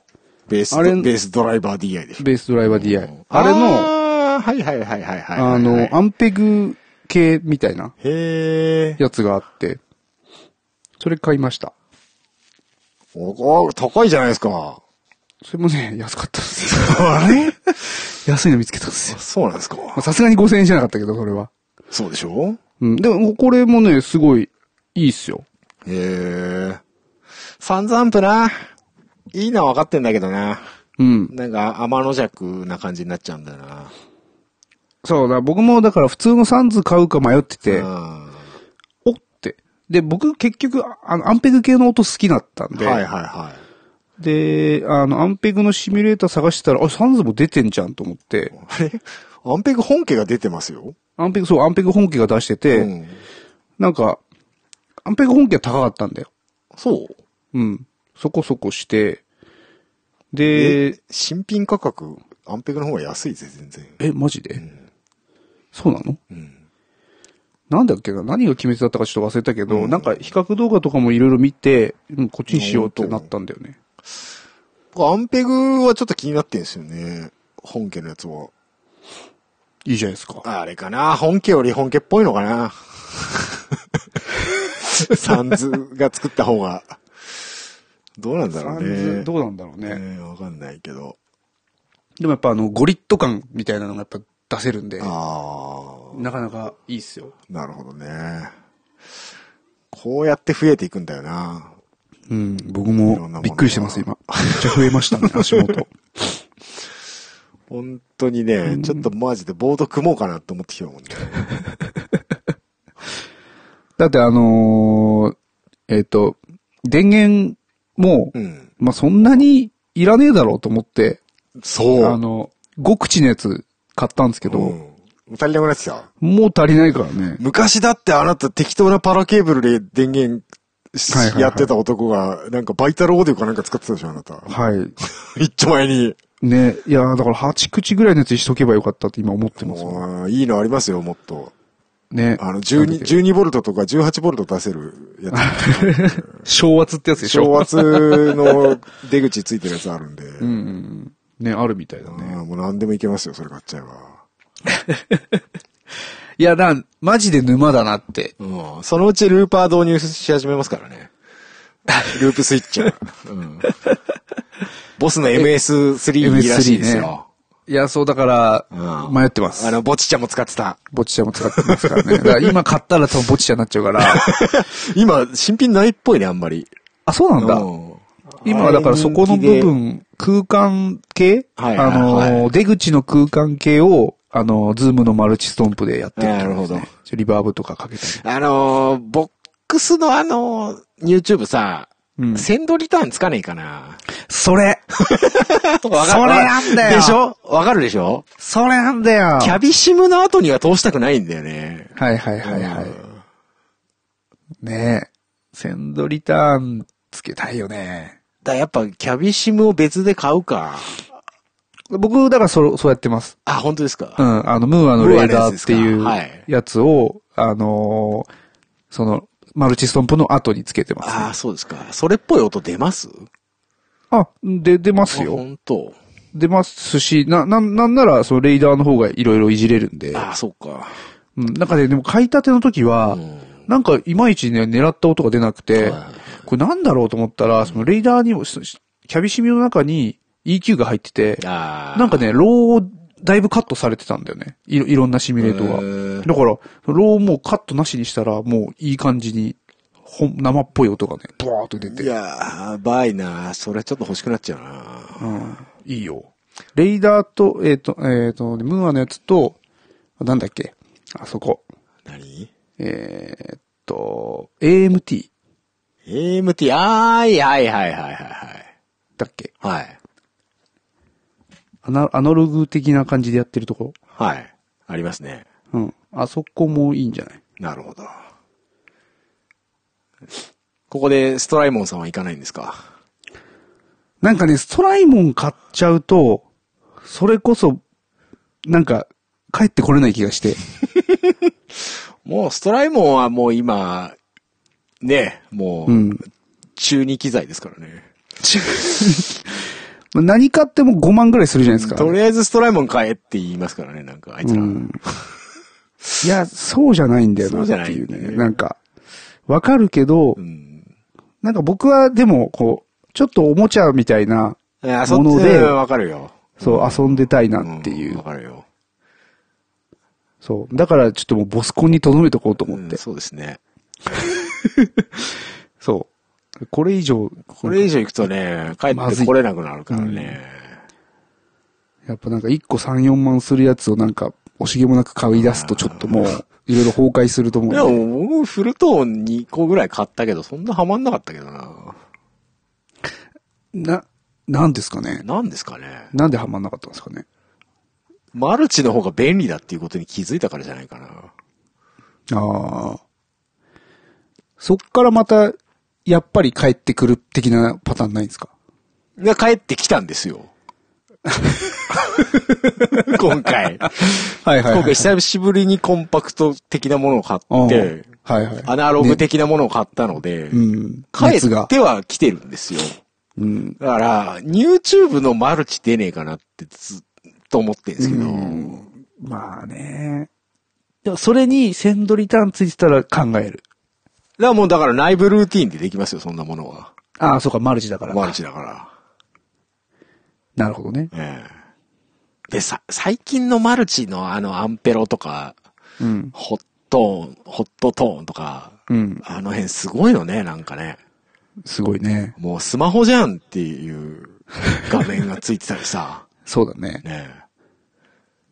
ベース、
あれ
ベースドライバー DI でしょ。
ベースドライバー DI。あれの、
の、はいはいはいはいはい。
あの、ア、ンペグ系みたいな
へえ。
やつがあって、それ買いました。
お、お高いじゃないですか。
それもね、 安かったんですよ。 安いの見つけたんですよ。
そうなんですか。
まあさすがに5000円じゃなかったけど、それは。
そうでしょ
うん。でも、これもね、すごい、いいっすよ。
へえ。サンズアンプな。いいのは分かってんだけどな。
うん。
なんか、天の弱な感じになっちゃうんだよな。
そうだ、僕もだから普通のサンズ買うか迷ってて、
うん
おって。で、僕結局、ああの、アンペグ系の音好きだったんで、
はいはいは
で、あの、アンペグのシミュレーター探してたら、あ、サンズも出てんじゃんと思って、
い。あれアンペグ本家が出てますよ。
アンペグ、そう、アンペグ本家が出してて、
うん。
なんか、アンペグ本家は高かったんだよ。
そう
うん。そこそこして、で、
新品価格、アンペグの方が安いぜ、全然。
え、マジで、そうなの
うん。
なんだっけな何が決め手だったかちょっと忘れたけど、なんか比較動画とかもいろいろ見て、うん、こっちにしようってなったんだよね。
僕アンペグはちょっと気になってんですよね。本家のやつは。
いいじゃないですか。
あれかな本家より本家っぽいのか なサンズが作った方が。どうなんだろ
三
うね。
千どうなんだろうね。
ねわかんないけど。
でもやっぱあの、ゴリット感みたいなのがやっぱ出せるんで、
ああ、
なかなかいいっすよ。
なるほどね。こうやって増えていくんだよな。
うん、僕
いろんなものが
もびっくりしてます、今。めっちゃ増え ましたね、足元。
本当にね、ちょっとマジでボード組もうかなと思ってきたもんね。
だってあのーえっ、と、電源も、
うん。
まあ、そんなにいらねえだろうと思って、
そう。
あの、5口のやつ買ったんですけど、
うん。足りなくなってきた。
もう足りないからね。
昔だってあなた適当なパラケーブルで電源し
はいはいはい
やってた男が、なんかバイタルオーディオかなんか使ってたでしょ、あなた。
は い。
一丁前に。
ね、いやーだから8口ぐらいのやつにしとけばよかったって今思ってますもん。
もう、いいのありますよ、もっと。
ね。
あの、12、12ボルトとか18ボルト出せるや
昭圧ってやつで
つ。
しょ
昭。圧の出口ついてるやつある んで。
うんうんうん。ね、あるみたいだね。
あーもう何でもいけますよ、それ買っちゃえば。
いや、だ、マジで沼だなって。
うん。そのうちルーパー導入し始めますからね。 ループスイッチャー。うん。ボスの MS3 いいらしいですよ。
いや、そうだから、
うん
迷ってます
あ。の、ボチちゃんも使ってた。
ボッチャも使ってますからね。だから今買ったら多分ボッチャになっちゃう から。
今、新品ないっぽいね、あんまり。
あ、そうなんだ。
うん
今はだからそこの部分、空間系、
はいはいはい
あのー、出口の空間系を、あのー、ズームのマルチストンプでやってる、
なるほど。
ちょリバーブとかかけて。
あのー、ボックスのあのー、YouTube さ、
うん
先導リターンつかねえかな。
それ
それ
それなんだよ
でしょわかるでしょ
それなんだよ
キャビシムの後には通したくないんだよね。
はいはいはいはい。ねえ。センドリターンつけたいよね。
だからやっぱ、キャビシムを別で買うか。
僕、だからそう、そうやってます。
あ、本当ですか
う。ん、あの、ムーアのレーダーってい
ム
う
ーアのやつですかはい
やつを、あのーその、マルチストンプの後につけてます、
ああ、そうですか。それっぽい音出ます
あ、で、出ます
あ
よ。
本当。
出ますし、な、な、なんなら、そのレーダーの方がいろいろいじれるんで。
ああ、そうか。
うん、なんかね、でも買いたての時は、なんかいまいちね、狙った音が出なくて、これなんだろうと思ったら、そのレーダーにも、しキャビシミの中に EQ が入ってて、
ああ。
なんかね、ローをだいぶカットされてたんだよね。いろ、いろんなシミュレート
へ
が。
ー
だから、ローもうカットなしにしたら、もういい感じに、ほん、生っぽい音がね、ブワーっと出
い
て。
やー、バイなそれちょっと欲しくなっちゃうな
うん。いいよ。レーダーと、えっ、と、えっ、と、ムーアのやつと、なんだっけ、あそこ。
何
えーっと、AMT
?AMT、あーい、はいはいはいはいはい。
だっけ
はい。
アナアナログ的な感じでやってるとこ
はい。ありますね。
ろうん。あそこもいいんじゃない
なるほど。ここでストライモンさんは行かないんですか
なんかね、ストライモン買っちゃうと、それこそ、なんか、帰ってこれない気がして。
もうストライモンはもう今、ね、も
う
う、
ん。
中二機材ですからね。
まあ何買っても5万ぐらいするじゃないですか。
とりあえずストライモン買えって言いますからね、なんかあいつ
う
ら。
ん。いや、そうじゃないんだよ
そうじゃ
なっ
な
て
い
い
ん
う
だ
ね。
よね
なんか、わかるけど、
うん。
なんか僕はでも、こう、ちょっとおもちゃみたいな、
いや、そ
も
っ
の
ち
で
でわかるよ。
そう、遊んでたい
ん
なっていう
わかるよ。
そう。だからちょっともうボスコンに留めとこうと思っ
う
て。
んそうですね。
そう。これ以上、
これ以上行くとね、帰
ま
っ
ず
て
い
これなくなるからね。
やっぱなんか1個3、4万するやつをなんか、惜しげもなく買い出すとちょっともう、いろいろ崩壊すると思う
い
ん
や、
で。
もう僕フルトーン2個ぐらい買ったけど、そんなハマんなかったけどな。
な、なんですかね。
なんですかね。
なんでハマんなかったんですかね。
マルチの方が便利だっていうことに気づいたからじゃないかな。
ああ。そっからまた、やっぱり帰ってくる的なパターンないんですか
が帰ってきたんです よ。今回。
はい
今回久しぶりにコンパクト的なものを買って、
はいはい。
アナログ的なものを買ったので、
うん。
帰
熱
っ
が。
ては来てるんですよ。
うん。
だから、YouTube のマルチ出ねえかなってずっと思ってるんですけど、
まあね。でもそれに、センドリターンついてたら考える。
だからもうだから内部ルーティンでできますよ、そんなものは。
ああ、そうか、マルチだから。
マルチだから。
なるほどね。
ええで、さ、最近のマルチのあの、アンペロとか、
うん。
ホットーン、ホットトーンとか、
うん。
あの辺すごいのね、なんかね。
すごいね。
もうスマホじゃんっていう画面がついてたり さ、
そうだね。
ねえ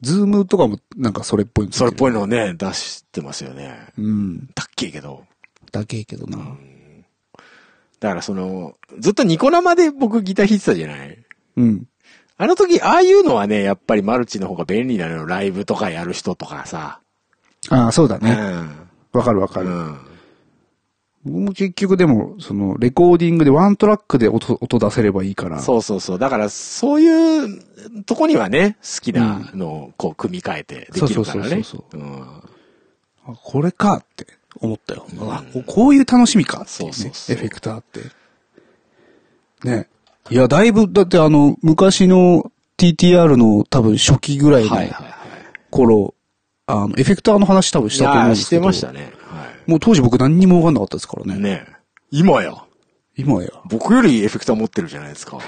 ズームとかもなんかそれっぽいのついて
そ
る
れっぽいのをね、出してますよね。
うん。
だっけえけど。
だけいけどな。
だからその、ずっとニコ生で僕ギター弾いてたじゃない
うん。
あの時、ああいうのはね、やっぱりマルチの方が便利なのよ。ライブとかやる人とかさ。
ああ、そうだ
う
ね。
ん。
わかるわか
う
る。
ん。
僕も結局でも、その、レコーディングでワントラックで音、音出せればいいから。
そうそうそう。だから、そういうとこにはね、好きなのをこう、組み替えてできるから
そう
ね。
そうそ
う
う
ん。
あこれかって思ったよ。あ、ここういう楽しみかっていうね。
そうそうそう
エフェクターって。ね。いや、だいぶ、だってあの、昔の TTR の多分初期ぐらいの
はいはいはい。
頃、あの、エフェクターの話多分したと思うん
いやー
です
し
け
て
ど。
ましたね。は
もう当時僕何にもわかんなかったですからね。
い。ねえ今や、
今や。
僕よりエフェクター持ってるじゃないです か。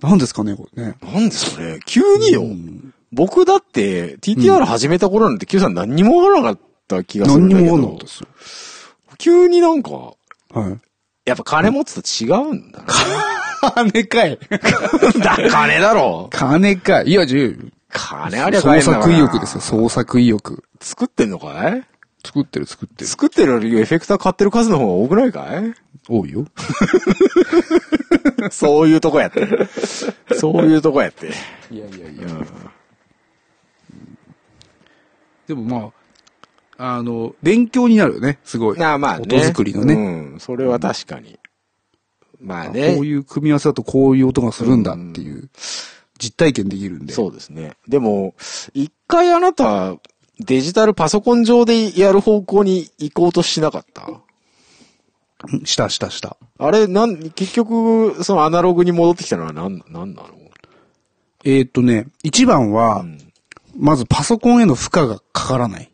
何ですかね、これね。
なんでそれ急によ。僕だって、TTR 始めた頃なんて Q さん何にもわからなかった気がする
何
ん
に
だけ
もわかんなか
ど
ったで、すよ。
急になんか、
はい。
やっぱ金持つと違うんだな。
金かい。
だ、金だろ
金かい。いや、じゅ
金ありゃ
創
金だ
作意欲ですよ、創作意欲。
作ってんのかい
作ってる作ってる。
作ってるよりエフェクター買ってる数の方が多くないか い
多いよ。
そういうとこやって。そういうとこやって。
いやいやいや。でもまあ、あの、勉強になるよね、すごい。
なあまあね。
音作りのね。
うん。それは確かに。まあ
こう
ね。
いう組み合わせだとこういう音がするんだっていう、実体験できるんで。
そうですね。でも、一回あなた、デジタルパソコン上でやる方向に行こうとしなかった
うん。したしたした。
あれ、なん、結局、そのアナログに戻ってきたのはなん、なんなの
えーっとね、一番は、まずパソコンへの負荷がかからない。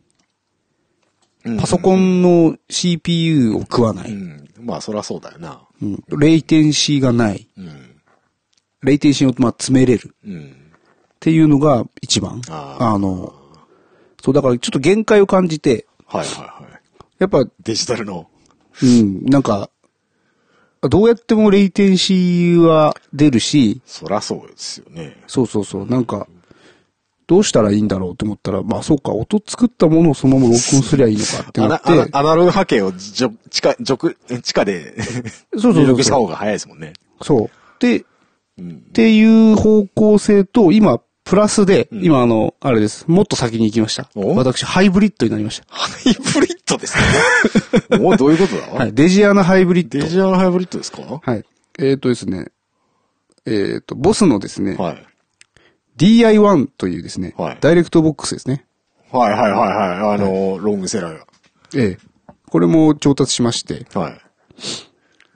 うん
パソコンの CPU を食わな
う
い。
ん。まあ、そりゃそうだよな。
うん。レイテンシーがない。
うん。
レイテンシーを、まあ、詰めれる。
うん。
っていうのが一番。
あー
あの、そう、だからちょっと限界を感じて、
はいはいはい。
やっぱ、
デジタルの。
うん、なんか、どうやってもレイテンシーは出るし、
そらそうですよね。
そうそうそう、なんか、どうしたらいいんだろうと思ったら、まあそうか、音作ったものをそのまま録音すりゃいいのかって
ア
な
ナ
って、
アナアナログ波形をじょ、地下、じょく、 地下で
そう
入
そうそう
力した
そう。
方が早いですもんね。
そう。で、
うん。
っていう方向性と、今、プラスで、今あの、あれです。もっと先に行きました。
お
私、ハイブリッドになりました。
ハイブリッドです かおどういうことだ、
はい。デジアナハイブリッド。
デジタルハイブリッドですかは
はい。えっ、とですね。えっ、と、ボスのですね、
い。
DI1 というですね、
はい
ダイレクトボックスですね。
はいはいはいはい。あの、ロングセラー
ええ。これも調達しまして、
が。はい。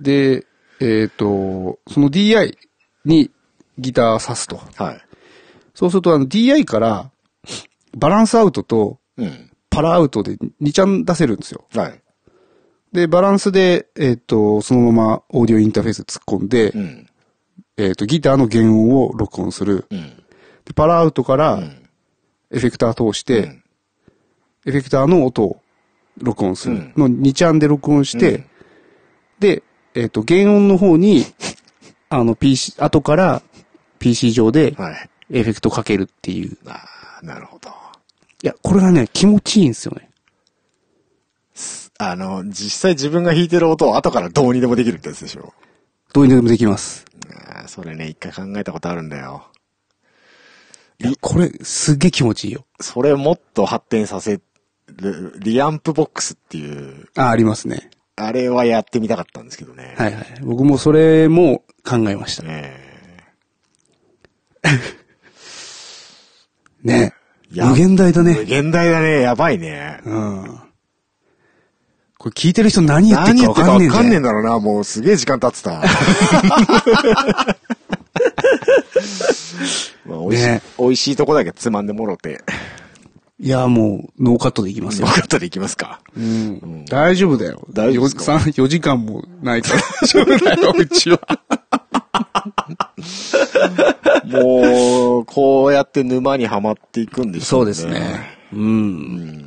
で、えっ、と、その DI にギター挿すと。
はい。
そうすると、あの DI から、バランスアウトと
うん。
パラアウトで2ちゃん出せるんですよ。
はい。
で、バランスで、えっ、と、そのままオーディオインターフェース突っ込んで、
うん。
えっ、と、ギターの原音を録音する。
うん。
でパラアウトから、エフェクター通して、
うん
エフェクターの音を録音する。の2チャンで録音して、で、えっ、と、原音の方に、あの、PC、後から PC 上で
はい。
エフェクトかけるっていう。い
ああ、なるほど。
や、これがね、気持ちいいんですよね。
あの、実際自分が弾いてる音を後からどうにでもできるってやつでしょ。
どうにでもできます。
ああ、それね、一回考えたことあるんだよ。
いや、これ、すげえ気持ちいいよ。
それもっと発展させる、リアンプボックスっていう、
あ、ありますね。
あれはやってみたかったんですけどね。
はいはい。僕もそれも考えました。
ね
ね
えいや
無限大だ
無
ね。
限大だね。やばいね。
うん。これ聞いてる人何言って
何
る
言
か
っ
わ
て
か
かわかん
んねえんだよ。
ねえんだろうな。もうすげえ時間経って た。まあ、美味しい、
ね
美味しいとこだけつまんでもろて。
いや、もう、ノーカットでいきます
よ
よ。
かったでいきますか。
うん大丈夫だよ。
大丈夫ですか
?4 4時間もないから大丈夫だ よ、うちは。
もう、こうやって沼にはまっていくんでしょ
そううですね。うん。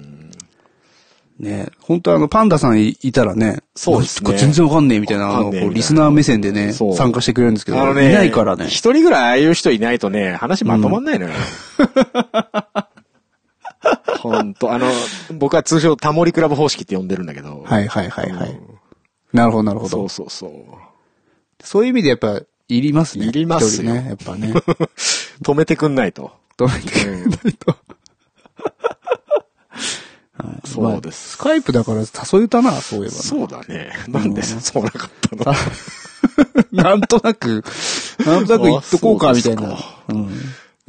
ね本当あの、パンダさんいいたらね。
そうですね
これ全然わかんねえみたいな、あ
わかん
の、
ねえ
こう
みたいな
リスナー目線でね、
そう
参加してくれるんですけど、
あの
い
ね、
ないからね。
一人ぐらいああいう人いないとね、話まとまんないのよ。ほんと、あの、僕は通称タモリクラブ方式って呼んでるんだけど。
はいはいはいはい。なるほどなるほ
そ
ど
う。そうそう。
そういう意味でやっぱ、いりますね。
いります
一
よ
人ね、やっぱね。
止めてくんないと。
どうやってないと。はい
そう
ま
で
あ
す
スカイプだから誘えたな、そういえばね。
そうだね。なんでそうなかったの
なんとなく、なんとなく言っとこうか、
あ
みたい
そう
な
です。
うん。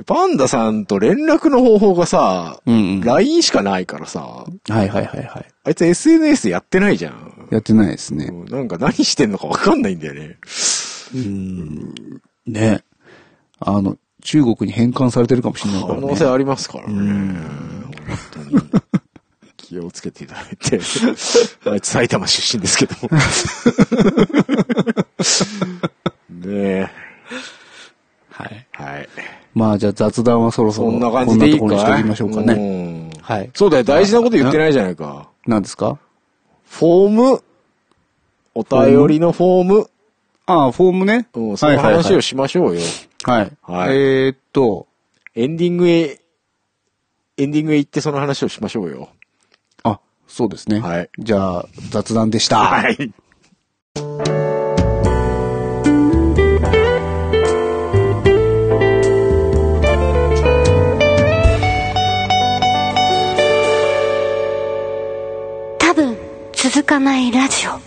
パンダさんと連絡の方法がさ、
うんうん
LINE しかないからさ、
はいはいはいはい。
あいつ SNS やってないじゃん。
やってないですね。
うんなんか何してんのかわかんないんだよね。
ね。あの、中国に返還されてるかもしれないか
可
ら
能
ね。
性ありますからね。本当に。気をつけていただい て。あいつ埼玉出身ですけども。ねえ。
はい。
はい。
まあじゃあ雑談はそろそ
そ
ろ
んな感じでいいか
こんなところにしておきましょうかね。
ね。
はい。
そうだよ、大事なこと言ってないじゃないか。
なんですか
フォーム、お便りのフォーム、
ああ、フォームね。
うん、その話をしましょうよ。
はい。
はい
えーっと、
エンディングへ、エンディングへ行ってその話をしましょうよ。
あ、そうですね。
はい
じゃあ、雑談でした。
い。
多分続かないラジオ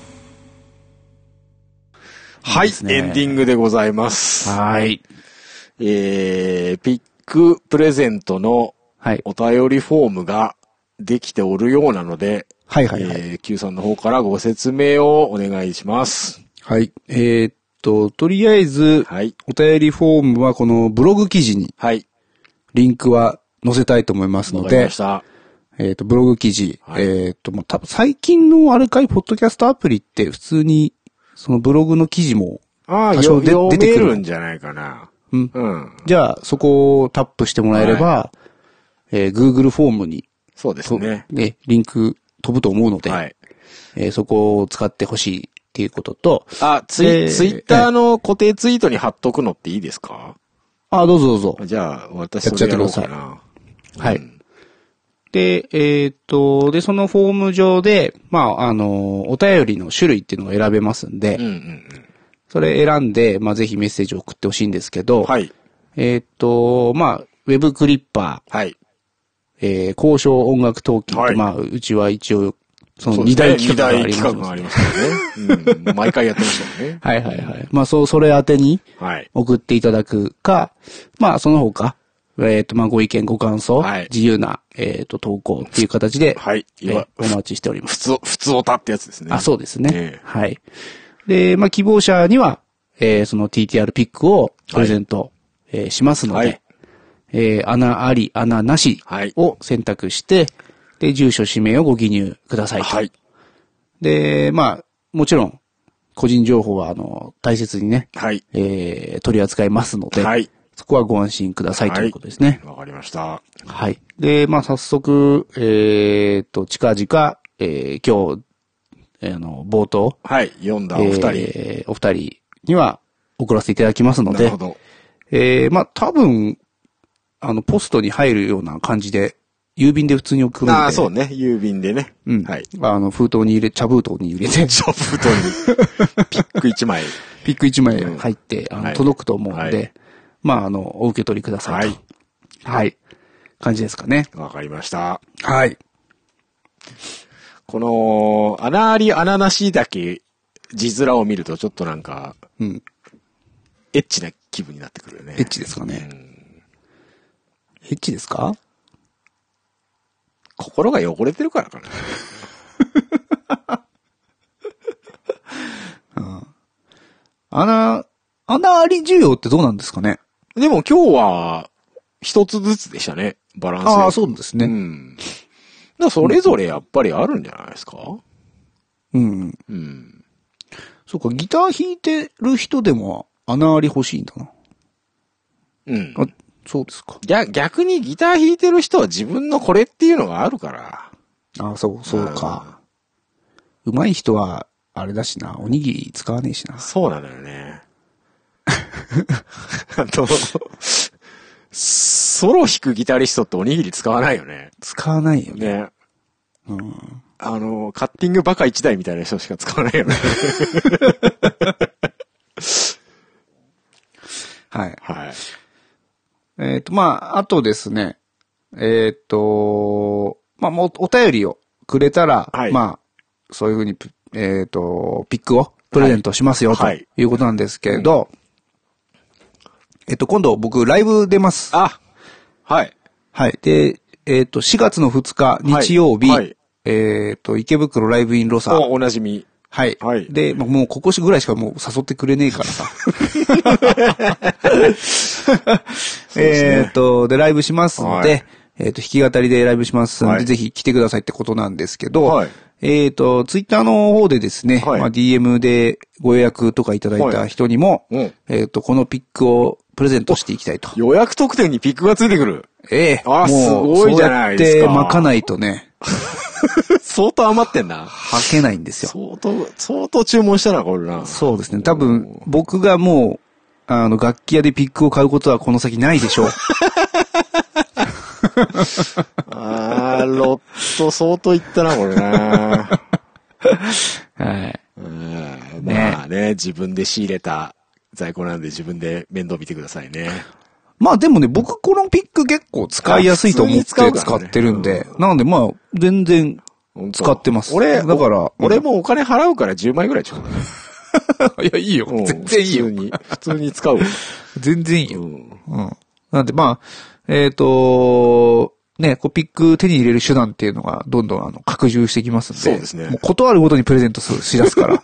はい、
いいですね
エンディングでございます。
はい。
えー、ピックプレゼントの
はい。
お便りフォームができておるようなので、
はいはいはい。
えー Q さんの方からご説明をお願いします。
はい。えーっと、とりあえず、
はい。
お便りフォームはこのブログ記事に
はい。
リンクは載せたいと思います
わ
の
かり
で
まし、た。
えっ、と、ブログ記事。
はい
えっ、と、もう多分最近のあれかい、ポッドキャストアプリって普通に、そのブログの記事も、
ああ、
多少
よ
で
読
出て
め
くる
るんじゃないかな。
うん。
うん。
じゃあ、そこをタップしてもらえれば、えー Google フォームに、
そうです
と
ね。
ねリンク飛ぶと思うので、
はい。
えーそこを使ってほしいっていうことと、
あ、ツ
え
イ
ー
ツイッターの固定ツイートに貼っとくのっていいですか
あ、どうぞどうぞ。
じゃあ、私
やっ
そ
ちゃ
れ
っ
や
てく
ろうか
ださい
な。
はい。
うん
で、えっ、と、で、そのフォーム上で、まあ、あの、お便りの種類っていうのが選べますんで、
うんうんうん。
それ選んで、まあ、ぜひメッセージを送ってほしいんですけど、
はい。
えーっと、まあ、ウェブクリッパ
はい。
ー、えー、交渉音楽トーキング、
はい
まあ、うちは一応、その
そう
二
です
大
ね
企画があります
二大企画があ
ので
りますからね。うん。毎回やってましたよね。
はいはいはい。まあ、そう、それ宛てに
はい。
送っていただくか、まあ、その他、えーっと、まあ、ご意見、ご感想、
はい
自由な、えーっと、投稿っていう形で、
はい。
え
いわ
ーお待ちしております。
普通、普通オタってやつですね。
あ、そうですね。
ええ
はい。で、まあ、希望者には、えーその TTR ピックをプレゼント、えーしますので、
はい
えー穴あり、穴なし
はい
を選択して、で、住所、氏名をご記入くださいと。
はい。
で、まあ、もちろん、個人情報は、あの、大切にね、
はい。
えー取り扱いますので、
はい。
そこはご安心くださいということですね。
わかりました。
はい。で、まあ、早速、えーっと、近々、えー今日、えーあの、冒頭、
はい。読んだお二人。
えーお二人には送らせていただきますの
なる
で
ほ、ど。
えー、まあ、多分、あの、ポストに入るような感じで、郵便で普通に送るので、
ああ、そうね。郵便でね。
うん。
はい。
あの、封筒に入れ、茶封筒に入れて、
ショップとに、ピック一枚。
ピック1枚入って、あ
は
の
い
届くと思うので、
はい
まあ、あの、お受け取りくださいと。はい。感じですかね。
わかりました。
はい。
この、穴あり穴なしだけ、字面を見るとちょっとなんか、
うん。
エッチな気分になってくるよね。
エッチですかね。エッチですか
心が汚れてるからかな。
穴、穴あり需要ってどうなんですかね
でも今日は、一つずつでしたね。バランス。
ああ、そうです
う
ね。
ん。だからそれぞれやっぱりあるんじゃないですか
うん。
うん。
そうか、ギター弾いてる人でも穴あり欲しいんだな。
うん。
あ、そうですか。
逆逆にギター弾いてる人は自分のこれっていうのがあるから。
あそう、そうか。上手い人は、あれだしな、おにぎり使わねえしな。
そうなのよね。 あと、ソロ弾くギタリストっておにぎり使わないよね。
使わないよね。
ね。あの、カッティングバカ一台みたいな人しか使わないよ ね。
はい。
はい。
えっ、と、まあ、あとですね、えっ、と、まあ、もう、お便りをくれたら、
はい
まあ、そういうふうにプ、えっ、と、ピックをプレゼントしますよ、
はい
ということなんですけれど、えっ、と、今度僕、ライブ出ます。
あはい。
はい。で、えっ、と、4月の2日、日曜日、
はいはい
えっ、と、池袋ライブインロサ
お、おなじみ。
はい。
はい
で、まあもうここしぐらいしかもう誘ってくれねえから さ。えっと、で、ライブしますので、
はい
えっ、と、弾き語りでライブしますので、
はい
ぜひ来てくださいってことなんですけど、
はい
えっと、ツイッターの方でですね、
はい
まあ、DM でご予約とかいただいた人にも、
はいうん
えっと、このピックをプレゼントしていきたいと。
予約特典にピックがついてくる。
ええ
あ
もう
すごいじゃないですか
そうやって巻かないとね、
相当余ってんな。
履けないんですよ。
相当、相当注文したな、これな。
そうですね。多分、僕がもう、あの、楽器屋でピックを買うことはこの先ないでしょう。
あー、ロット相当いったな、これな。
はい。
うん
ね
まあね、自分で仕入れた在庫なんで自分で面倒見てくださいね。
まあでもね、僕このピック結構使いやすいと思っ
あ普通に使
て
うか
使
ら
っ
ね
てるんで、なのでまあ、全然、
本当
使ってます
俺、
だから
お俺もお金払うから10枚ぐらいちょうだい
いや、いいよ
うん普通。に、普通に 使うわ。
全然いいうよ。
ん。
うん。なんでまあ、えっと、ね、こうピック手に入れる手段っていうのがどんどんあの拡充してきますんで。
そうですね
もう断るごとにプレゼントする、しだすから。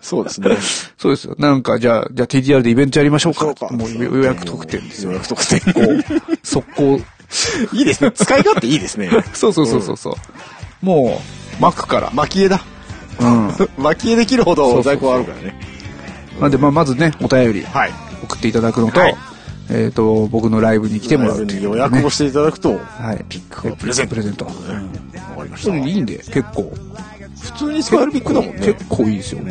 そうですね。
そうですよ。なんか、じゃあ、じゃあ TDR でイベントやりましょうか。
そうか
もう予約特典ですよ
予。約特典。
速攻。
いいですね。使い勝手いいですね。
そうそうそうそうそう。もう、巻くから。
巻き絵だ。
うん。
巻き絵できるほ
そうそ
ど
うそう
在庫はあるからね。
なんで、まあ、まずね、お便り、
はい。
送っていただくのと、
はい
えっ、と、僕のライブに来てもらうっていう、ね。
予約をしていただくと、
はい。
ピックをプレゼント。
プレゼント。うん
わかりまし
そ
た。
れいいんで、結構。
普通に使えるピックだもんね。
結構いいですよ。う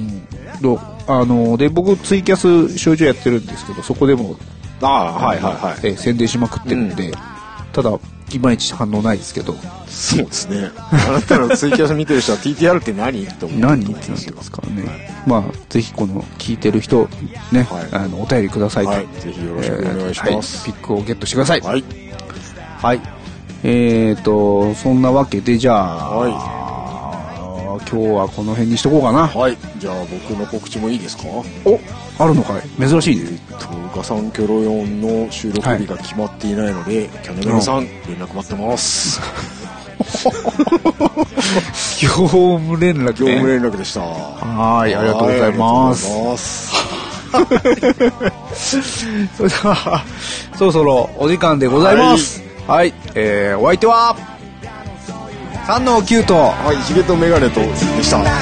ん。どうあの、で、僕、ツイキャス、症状やってるんですけど、そこでも、
ああ、はいはいはい。
えー宣伝しまくってるんで、ただ、いまいち反応ないですけど、
そうですね。あなたのツイキャス見てる人は TTR って何って思う。
何ってなってますからね。まあ、ぜひこの聞いてる人、ね、
はい
あの、お便りくださいと。
はい。ぜひよろしくお願いします。
えーはいピックをゲットしてください。
はい。
はい。えーと、そんなわけで、じゃあ、
は
今日はこの辺にしとこうかな。
い。はい。じゃあ僕の告知もいいですか
おあるのかい珍しい
え
ね。
っと、ガサンキョロヨンの収録日が決まっていないので、キャナメルさん、連絡待ってます。
業務連絡、ね。
業務連絡でした。
はーい、ありがとうございます。
はいありがとうございます
それでは、そろそろお時間でございます。はい、えー、お相手は、三の九と、
はい、ヒゲとメガネとでした。はい。
は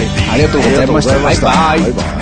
い、ありがとうございました。
ありがとうございました
バイバ
バ
イ
イバイ